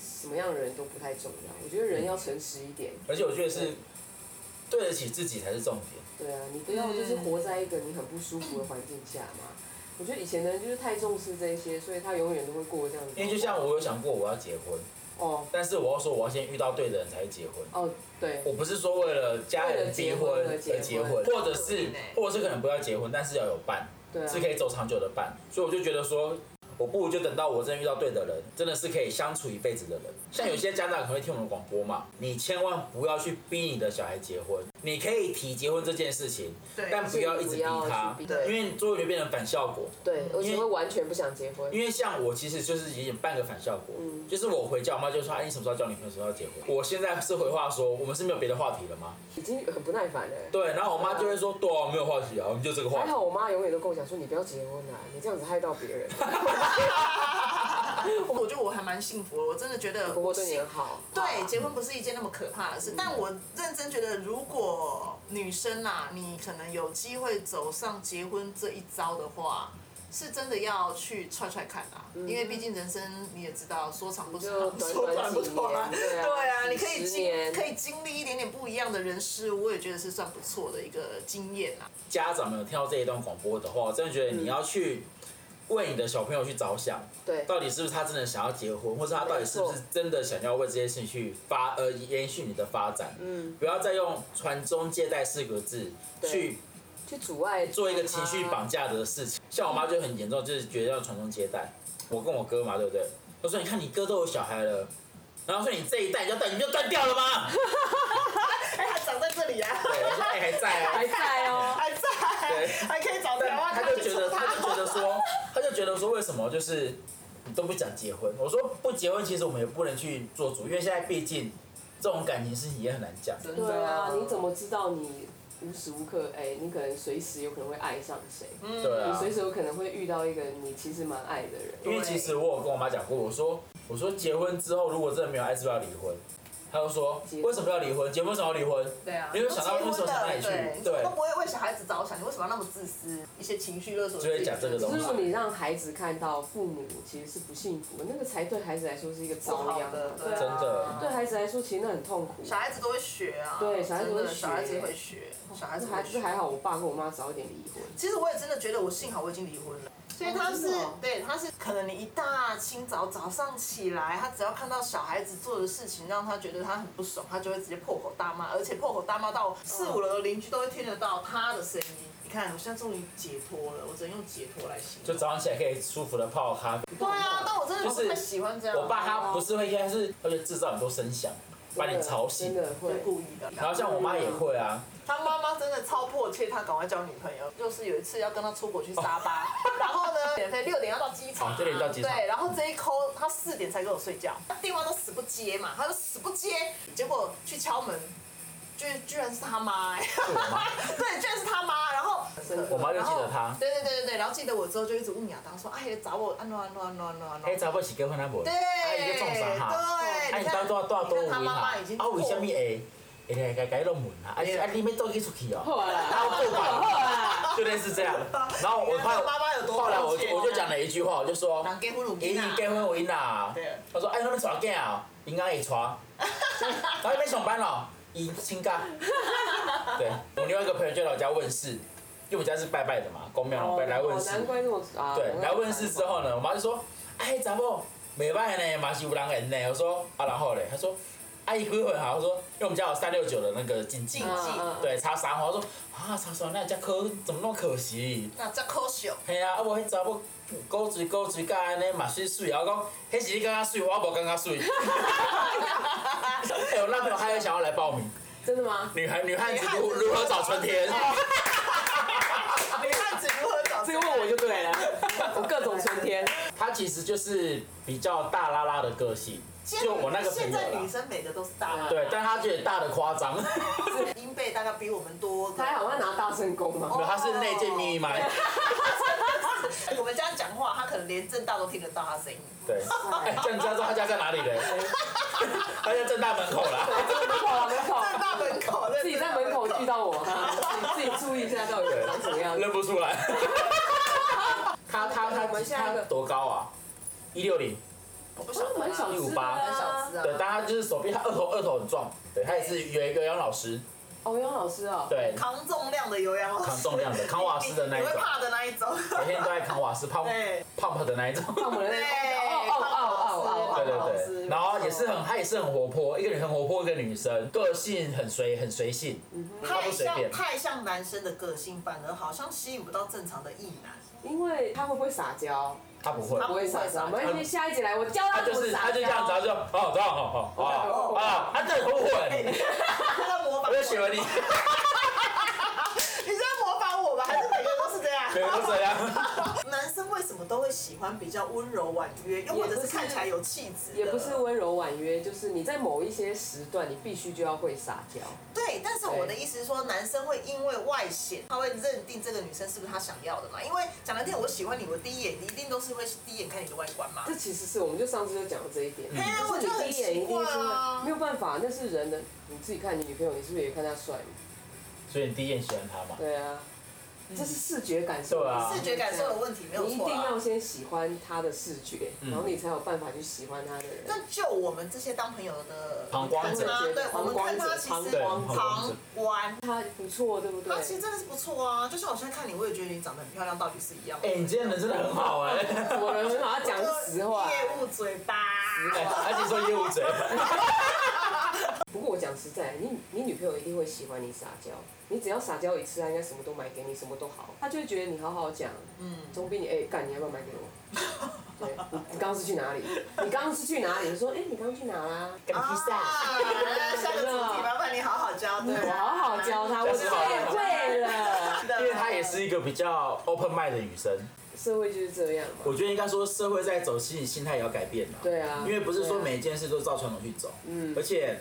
[SPEAKER 1] 什么样的人都不太重要，我觉得人要诚实一点。
[SPEAKER 2] 而且我觉得是对得起自己才是重点。
[SPEAKER 1] 对啊，你不要就是活在一个你很不舒服的环境下嘛。我觉得以前的人就是太重视这一些，所以他永远都会过这样子。
[SPEAKER 2] 因为就像我有想过我要结婚，
[SPEAKER 1] 哦
[SPEAKER 2] 但是我要说我要先遇到对的人才结婚。
[SPEAKER 1] 哦对，
[SPEAKER 2] 我不是说为了家人逼婚而结婚，或者是或者是可能不要结婚，但是要有伴，
[SPEAKER 1] 对啊
[SPEAKER 2] 是可以走长久的伴。所以我就觉得说，我不如就等到我真的遇到对的人，真的是可以相处一辈子的人。像有些家长可能会听我们广播嘛，你千万不要去逼你的小孩结婚，你可以提结婚这件事情，
[SPEAKER 3] 对
[SPEAKER 2] 但不要一直逼他
[SPEAKER 1] 不要去逼，
[SPEAKER 2] 因为最后就变成反效果。
[SPEAKER 1] 对，而
[SPEAKER 2] 因
[SPEAKER 1] 且
[SPEAKER 2] 为
[SPEAKER 1] 会完全不想结婚。
[SPEAKER 2] 因为像我其实就是有点半个反效果，
[SPEAKER 1] 嗯
[SPEAKER 2] 就是我回家，我妈就说：“哎，你什么时候交女朋友？什么时候结婚？”我现在是回话说：“我们是没有别的话题了吗？”
[SPEAKER 1] 已经很不耐烦了。
[SPEAKER 2] 对，然后我妈就会说：“对啊，没有话题啊，我们就这个话
[SPEAKER 1] 还
[SPEAKER 2] 题。
[SPEAKER 1] 好我妈永远都跟我讲说，你不要结婚啦，你这样子害到别
[SPEAKER 3] (laughs)
[SPEAKER 1] 人。
[SPEAKER 3] 我觉得我还蛮幸福的，我真的觉得
[SPEAKER 1] 婆婆
[SPEAKER 3] 我
[SPEAKER 1] 对你
[SPEAKER 3] 幸
[SPEAKER 1] 很好，
[SPEAKER 3] 对，结婚不是一件那么可怕的事，但我认真觉得，如果女生啊，你可能有机会走上结婚这一招的话，是真的要去踹踹看啦、因为毕竟人生你也知道，说长不长
[SPEAKER 1] 嗯就，短
[SPEAKER 3] (laughs) 说
[SPEAKER 1] 短
[SPEAKER 3] 短不
[SPEAKER 1] 几
[SPEAKER 3] 短啊
[SPEAKER 1] 年，对啊，
[SPEAKER 3] 对啊，你可以
[SPEAKER 1] 几十
[SPEAKER 3] 经
[SPEAKER 1] 年
[SPEAKER 3] 可以经历一点点不一样的人事物，我也觉得是算不错的一个经验啊。 (laughs)
[SPEAKER 2] 家长们有听到这一段广播的话，我真的觉得你要去为你的小朋友去着想，
[SPEAKER 1] 对
[SPEAKER 2] 到底是不是他真的想要结婚，或是他到底是不是
[SPEAKER 1] 没错
[SPEAKER 2] 真的想要为这些事情去发呃延续你的发展。嗯，不要再用“传宗接代”四个字
[SPEAKER 1] 对
[SPEAKER 2] 去
[SPEAKER 1] 去阻碍
[SPEAKER 2] 做一个情绪绑架的事情。像我妈就很严重，就是觉得要传宗接代。我跟我哥嘛，对不对？我说你看你哥都有小孩了，然后说你这一代你就断你就断掉了 (laughs) 吗？
[SPEAKER 3] 哎，他长在这里啊，
[SPEAKER 2] 对，我说哎、还在啊，
[SPEAKER 1] 还在哦。
[SPEAKER 3] (laughs) 还在，
[SPEAKER 2] 对
[SPEAKER 3] 还可以找台
[SPEAKER 2] 但
[SPEAKER 3] 湾
[SPEAKER 2] 他
[SPEAKER 3] 人
[SPEAKER 2] 就
[SPEAKER 3] 去
[SPEAKER 2] 觉
[SPEAKER 3] 戳
[SPEAKER 2] 得，他
[SPEAKER 3] 他
[SPEAKER 2] 就觉得说，他就觉得说，为什么就是你都不讲结婚？我说不结婚，其实我们也不能去做主，因为现在毕竟这种感情事情也很难讲。
[SPEAKER 3] (laughs) 真
[SPEAKER 1] 对
[SPEAKER 3] 的
[SPEAKER 1] 啊，你怎么知道你无时无刻哎、你可能随时有可能会爱上谁，
[SPEAKER 3] 嗯
[SPEAKER 2] 对
[SPEAKER 1] 你
[SPEAKER 2] 啊，
[SPEAKER 1] 随时有可能会遇到一个你其实蛮爱的人。
[SPEAKER 2] 因为其实我有跟我妈讲过，我说我说结婚之后如果真的没有爱，是不是要离婚？她就说
[SPEAKER 1] 结婚
[SPEAKER 2] 为什么要离婚？结婚为什么要离婚？
[SPEAKER 3] 对啊，
[SPEAKER 2] 没有想到
[SPEAKER 3] 都
[SPEAKER 2] 为什
[SPEAKER 3] 结
[SPEAKER 2] 么
[SPEAKER 3] 婚
[SPEAKER 2] 想
[SPEAKER 3] 了
[SPEAKER 2] 到你去
[SPEAKER 3] 对，你怎么
[SPEAKER 2] 对
[SPEAKER 3] 都不会为小孩子着想，你为什么要那么自私？一些情绪勒索
[SPEAKER 2] 就会讲这个东
[SPEAKER 1] 就是
[SPEAKER 2] 西
[SPEAKER 1] 如果你让孩子看到父母其实是不幸福，那个才对孩子来说是一个
[SPEAKER 3] 不
[SPEAKER 1] 遭
[SPEAKER 3] 好
[SPEAKER 1] 殃
[SPEAKER 3] 的
[SPEAKER 1] 啊，。
[SPEAKER 3] 对啊
[SPEAKER 2] 真的
[SPEAKER 1] 对孩子来说其实那很痛苦。
[SPEAKER 3] 小孩子都会学啊，
[SPEAKER 1] 对小孩子
[SPEAKER 3] 真的
[SPEAKER 1] 会学
[SPEAKER 3] 小孩子会学，小孩
[SPEAKER 1] 但
[SPEAKER 3] 子
[SPEAKER 1] 是
[SPEAKER 3] 会
[SPEAKER 1] 还是
[SPEAKER 3] 学。
[SPEAKER 1] 还好，我爸跟我妈早一点离婚。
[SPEAKER 3] 其实我也真的觉得，我幸好我已经离婚了。所以他是
[SPEAKER 1] 真的哦
[SPEAKER 3] 对，他是可能你一大清早早上起来，他只要看到小孩子做的事情让他觉得他很不爽，他就会直接破口大骂，而且破口大骂到四五楼的邻居都会听得到他的声音。你看，我现在终于解脱了，我只能用解脱来形
[SPEAKER 2] 就
[SPEAKER 3] 容。
[SPEAKER 2] 早上起来可以舒服的泡咖啡。
[SPEAKER 1] 哦
[SPEAKER 3] 对啊，但我真的
[SPEAKER 2] 就
[SPEAKER 3] 不
[SPEAKER 2] 是
[SPEAKER 3] 太喜欢这样。
[SPEAKER 2] 我爸他不是会，他是他就制造很多声响，把你吵醒
[SPEAKER 1] 真。的
[SPEAKER 3] 会
[SPEAKER 1] 会。
[SPEAKER 3] 故意的。
[SPEAKER 2] 然后像我妈也会啊，
[SPEAKER 3] 他妈妈真的超迫切，他赶快交女朋友。就是有一次要跟他出国去沙巴，然后呢，免费六点要到机场，
[SPEAKER 2] 哦这里到机场
[SPEAKER 3] 对，然后这一抠他四点才跟我睡觉，他电话都死不接嘛，他就死不接，结果去敲门，居居然是他妈、欸， (laughs)
[SPEAKER 2] 我妈
[SPEAKER 3] 对，居然是他妈，然后
[SPEAKER 2] 我妈就记得
[SPEAKER 3] 然后
[SPEAKER 2] 他，
[SPEAKER 3] 对对对对对，然后记得我之后就一直问亚当说，哎，找我安诺安诺安诺安诺安诺
[SPEAKER 2] 哎，，早不起结婚他无，
[SPEAKER 3] 对，
[SPEAKER 2] 啊伊就创啥哈，啊
[SPEAKER 3] 对，
[SPEAKER 2] 伊当多多多
[SPEAKER 3] 你
[SPEAKER 2] 有
[SPEAKER 3] 看他
[SPEAKER 2] 位
[SPEAKER 3] 妈
[SPEAKER 2] 哈
[SPEAKER 3] 妈已经，
[SPEAKER 2] 啊为什
[SPEAKER 3] 破
[SPEAKER 2] 么会会来家家弄门啊？啊你啊你要做去出去哦，
[SPEAKER 1] 后
[SPEAKER 2] 啊
[SPEAKER 1] 来，
[SPEAKER 2] 我不管，就类似这
[SPEAKER 3] (laughs)
[SPEAKER 2] 样。然后我
[SPEAKER 3] 你看啊他
[SPEAKER 2] 后
[SPEAKER 3] 妈妈有多
[SPEAKER 2] 后来我
[SPEAKER 3] 抱歉啊
[SPEAKER 2] 我就讲了一句话，我就说，
[SPEAKER 3] 人结婚有
[SPEAKER 2] 伊
[SPEAKER 3] 囡
[SPEAKER 2] 你
[SPEAKER 3] 仔
[SPEAKER 2] 结婚有囡啊
[SPEAKER 3] 对，
[SPEAKER 2] 他说哎他们娶囝啊，应该会
[SPEAKER 3] (laughs)
[SPEAKER 2] 娶，然后你要上班了，伊请
[SPEAKER 3] (laughs)
[SPEAKER 2] 假。对，我另外一个朋友就来我家问事，因为我家是拜拜的嘛，公庙嘛拜来问
[SPEAKER 1] 哦
[SPEAKER 2] 事。
[SPEAKER 1] 难怪那么啊。
[SPEAKER 2] 对
[SPEAKER 1] 难，怪
[SPEAKER 2] 来问世之后呢，我妈就说：“哎，查某袂歹呢，嘛是有人缘呢。”我说：“啊，然后嘞？”她说：“啊阿姨归回好。”我说：“因为我们家有三六九的那个禁忌，
[SPEAKER 3] 禁忌
[SPEAKER 1] 嗯嗯
[SPEAKER 2] 对，插三花。”我说：“啊，插三花那家可怎么那么可惜
[SPEAKER 3] 那这可惜哦。？”
[SPEAKER 2] 嘿啊，啊无迄查某高追高追甲安尼嘛水水，啊我讲，迄是你感觉水，我无感觉水。哎、我男朋友还有想要来报名，
[SPEAKER 1] 真的吗？
[SPEAKER 2] 女孩女汉子如如何找春天？
[SPEAKER 3] (laughs) 女汉子如何找
[SPEAKER 1] 这个问我就对了，我各种春天。
[SPEAKER 2] 她其实就是比较大拉拉的个性，就我那个朋
[SPEAKER 3] 现
[SPEAKER 2] 友
[SPEAKER 3] 在
[SPEAKER 2] 啦
[SPEAKER 3] 女。生每个都是大妈，
[SPEAKER 2] 对，但他觉得大的夸张，没
[SPEAKER 3] 英贝大概比我们多个
[SPEAKER 1] 他。还好像拿大圣功嘛。
[SPEAKER 2] 有他是内建秘密嘛，
[SPEAKER 3] (laughs) 我们家讲话，他可能连正大都听得到他声音。
[SPEAKER 2] 对，哎，这样你知道他家在哪里嘞？他家正大门口啦，
[SPEAKER 1] 门口啊，门口，
[SPEAKER 3] 正大门口，
[SPEAKER 1] 自己在门口遇到我，哈，自己自己注意一下到底长什么样。
[SPEAKER 2] 认不出来。他他他
[SPEAKER 1] 我们下一
[SPEAKER 2] 他
[SPEAKER 1] 个
[SPEAKER 2] 多高啊？一六零，
[SPEAKER 3] 我不晓得
[SPEAKER 1] 蛮小
[SPEAKER 3] 啊，
[SPEAKER 1] 只的
[SPEAKER 2] 158
[SPEAKER 3] 很小
[SPEAKER 1] 啊，
[SPEAKER 3] 只啊。
[SPEAKER 2] 对，但他就是手臂，他二头二头很壮，对他也是有一个杨老师，
[SPEAKER 1] 哦，杨老师啊，
[SPEAKER 2] 对，
[SPEAKER 3] 扛重量的有氧哦老师，
[SPEAKER 2] 扛重量的扛瓦斯的那一
[SPEAKER 3] 你
[SPEAKER 2] 种
[SPEAKER 3] 会怕的那一种。
[SPEAKER 2] 每天都在扛瓦斯胖
[SPEAKER 3] 对
[SPEAKER 2] 胖胖的那一种。
[SPEAKER 1] 看我们的哦哦哦哦
[SPEAKER 2] 对
[SPEAKER 1] 哦，
[SPEAKER 2] 对对，然后也是很，她也是很活泼，一个人很活泼，一个女生，个性很随很随性，她
[SPEAKER 3] 太
[SPEAKER 2] 不随便
[SPEAKER 3] 像。太像男生的个性，反而好像吸引不到正常的异男。
[SPEAKER 1] 因为他会不会撒娇？
[SPEAKER 2] 她不会，
[SPEAKER 1] 不会撒娇，我们今天下一集来，我教
[SPEAKER 2] 她
[SPEAKER 1] 他
[SPEAKER 2] 就
[SPEAKER 1] 怎么
[SPEAKER 2] 是她
[SPEAKER 1] 撒
[SPEAKER 2] 就这样子，她
[SPEAKER 1] 娇。
[SPEAKER 2] 就哦，好好好好啊，她真的很后悔，
[SPEAKER 3] 他在模仿
[SPEAKER 2] 我就喜
[SPEAKER 3] 我，
[SPEAKER 2] 欢你，
[SPEAKER 3] 你是在模仿我吧？还是每个人都是这样？
[SPEAKER 2] 每个都这样。
[SPEAKER 3] 男生为什么都会喜欢比较温柔婉约，又或者是看起来有气质的？
[SPEAKER 1] 也不是温柔婉约，就是你在某一些时段，你必须就要会撒娇。
[SPEAKER 3] 对，但是我的意思是说，男生会因为外显，他会认定这个女生是不是他想要的嘛？因为讲难听，我喜欢你，我第一眼你一定都是会第一眼看你的外观嘛。
[SPEAKER 1] 这其实是我们就上次就讲了这一点，
[SPEAKER 3] 对啊，我
[SPEAKER 1] 就
[SPEAKER 3] 觉得
[SPEAKER 1] 是你
[SPEAKER 3] 很
[SPEAKER 1] 第一眼
[SPEAKER 3] 奇
[SPEAKER 1] 一定
[SPEAKER 3] 怪
[SPEAKER 1] 是会
[SPEAKER 3] 啊
[SPEAKER 1] 没。有办法，那是人的。你自己看你女朋友，你是不是也看她帅？
[SPEAKER 2] (laughs) 所以你第一眼喜欢她嘛？
[SPEAKER 1] 对啊，这是视觉感受。
[SPEAKER 2] 对啊
[SPEAKER 3] 视觉感受的问题没有
[SPEAKER 1] 你一
[SPEAKER 3] 错
[SPEAKER 1] 定
[SPEAKER 3] 啊
[SPEAKER 1] 要。先喜欢他的视觉，然后你才有办法去喜欢他的人。
[SPEAKER 3] 那就我们这些当朋友的
[SPEAKER 2] 旁观者
[SPEAKER 3] 啊对，我
[SPEAKER 1] 旁
[SPEAKER 3] 们
[SPEAKER 1] 观
[SPEAKER 3] 看
[SPEAKER 1] 者
[SPEAKER 3] 他其
[SPEAKER 1] 旁
[SPEAKER 3] 实
[SPEAKER 2] 对
[SPEAKER 3] 旁
[SPEAKER 2] 旁观者
[SPEAKER 3] 观，
[SPEAKER 1] 他不错，对不对
[SPEAKER 3] 他？其实真的是不错啊。就像我现在看你，我也觉得你长得很漂亮，到底是一样的。
[SPEAKER 2] 哎，你今天人真的很好哎，
[SPEAKER 1] 我人很好，他讲实话。
[SPEAKER 3] 业务嘴巴。
[SPEAKER 2] 哎，而且说业务嘴，
[SPEAKER 1] 不过我讲实在，你你女朋友一定会喜欢你撒娇。你只要撒娇一次，她应该什么都买给你，什么都好，她就会觉得你好好讲，嗯，总比你哎干、你要不要买给我？ (laughs) 对，你你刚刚是去哪里？你刚刚是去哪里？你说哎、你刚刚去哪啦？赶披萨。
[SPEAKER 3] 啊，下个主题麻烦你好好教，对
[SPEAKER 1] 我
[SPEAKER 3] 啊，
[SPEAKER 1] 嗯 (laughs) 好好教她，我最会了。
[SPEAKER 3] 真的，
[SPEAKER 2] 因为她也是一个比较 open mind 的女生。
[SPEAKER 1] 社会就是这样嘛。
[SPEAKER 2] 我觉得应该说社会在走，心理心态也要改变了。
[SPEAKER 1] 对啊
[SPEAKER 2] 因为不是
[SPEAKER 1] 对
[SPEAKER 2] 说
[SPEAKER 1] 啊
[SPEAKER 2] 每一件事都照传统去走，嗯，而且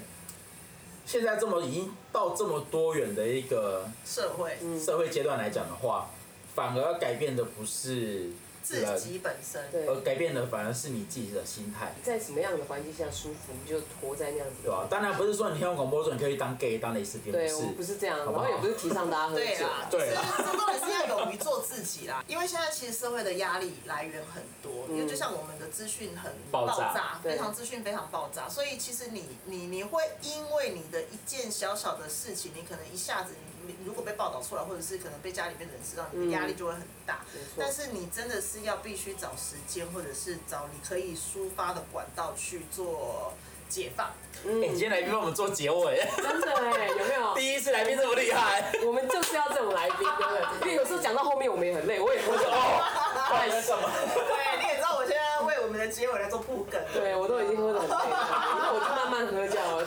[SPEAKER 2] 现在这么已经到这么多元的一个
[SPEAKER 3] 社会
[SPEAKER 1] 嗯
[SPEAKER 2] 社会阶段来讲的话，反而改变的不是
[SPEAKER 3] 自己本身，
[SPEAKER 1] 对啊
[SPEAKER 2] 人，，而改变的反而是你自己的心态。
[SPEAKER 1] 在什么样的环境下舒服，你就活在那样子
[SPEAKER 2] 对啊
[SPEAKER 1] 的。
[SPEAKER 2] 吧？当然不是说你听完广播之后你可以当 gay 当蕾丝边，
[SPEAKER 1] 对，
[SPEAKER 2] 不
[SPEAKER 1] 我
[SPEAKER 2] 是
[SPEAKER 1] 们不是这样，
[SPEAKER 2] 好不
[SPEAKER 1] 然
[SPEAKER 2] 好
[SPEAKER 1] 后也不是提倡大家喝
[SPEAKER 3] 对
[SPEAKER 1] 酒。
[SPEAKER 3] 啦，
[SPEAKER 2] 对啊
[SPEAKER 3] 是啊
[SPEAKER 2] 啦
[SPEAKER 3] 这重点是要勇于做自己啦，因为现在其实社会的压力来源很多，因为就像我们的资讯很
[SPEAKER 2] 爆炸
[SPEAKER 1] 嗯对
[SPEAKER 3] 非常资讯非常爆炸，所以其实你你你会因为你的一件小小的事情，你可能一下子你你如果被报道出来，或者是可能被家里面的人知道，你的压力就会很大。
[SPEAKER 1] 嗯错
[SPEAKER 3] 但是你真的是要必须找时间，或者是找你可以抒发的管道去做解放。
[SPEAKER 1] 嗯
[SPEAKER 2] 哎你今天来宾帮我们做结尾，
[SPEAKER 1] 真的哎，有没有？
[SPEAKER 2] 第一次来宾这么厉害，
[SPEAKER 1] 我们就是要这种来宾，对不对？因为有时候讲到后面我们也很累，我也不
[SPEAKER 2] 我
[SPEAKER 1] 会
[SPEAKER 2] 说哦，快什么？
[SPEAKER 3] 对，你也知道我现在为我们的结尾在做铺梗。
[SPEAKER 1] 对啊我都已经喝得很累了，那我就慢慢喝就好了。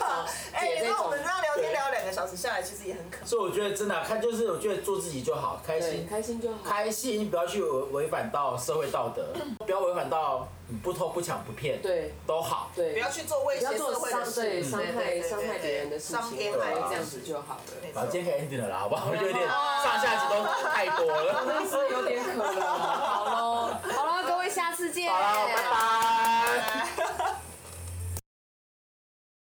[SPEAKER 3] 哎、
[SPEAKER 1] 姐
[SPEAKER 3] 你知
[SPEAKER 1] 这
[SPEAKER 3] 道我
[SPEAKER 1] 种
[SPEAKER 3] 们，这样聊天聊两个小时下来，其实也很
[SPEAKER 2] (laughs)
[SPEAKER 3] 可
[SPEAKER 2] 所以我觉得真的啊，看就是我觉得做自己就好，开
[SPEAKER 1] 对，
[SPEAKER 2] 心
[SPEAKER 1] 开心就好。
[SPEAKER 2] 开心，不要去违违反到社会道德，不要违反到你不偷不抢不骗，，
[SPEAKER 1] 对
[SPEAKER 2] 都好。
[SPEAKER 1] 对，
[SPEAKER 3] 不要去做威胁
[SPEAKER 1] 不要
[SPEAKER 3] 社
[SPEAKER 1] 做
[SPEAKER 3] 会的
[SPEAKER 1] 伤
[SPEAKER 3] 事，
[SPEAKER 1] 对伤害
[SPEAKER 3] 对对
[SPEAKER 1] 伤害别人的事
[SPEAKER 3] 伤
[SPEAKER 1] 情，
[SPEAKER 3] 天
[SPEAKER 1] 我
[SPEAKER 3] 害
[SPEAKER 1] 觉
[SPEAKER 3] 理
[SPEAKER 1] 得这样子就好了。
[SPEAKER 3] 没
[SPEAKER 2] 好，
[SPEAKER 3] 错
[SPEAKER 2] 今天可以 ending 了啦，好不好？我觉得有点上下集都太多了。
[SPEAKER 1] 真是有点渴了，好喽，好喽，各位下次见。
[SPEAKER 2] 好啦，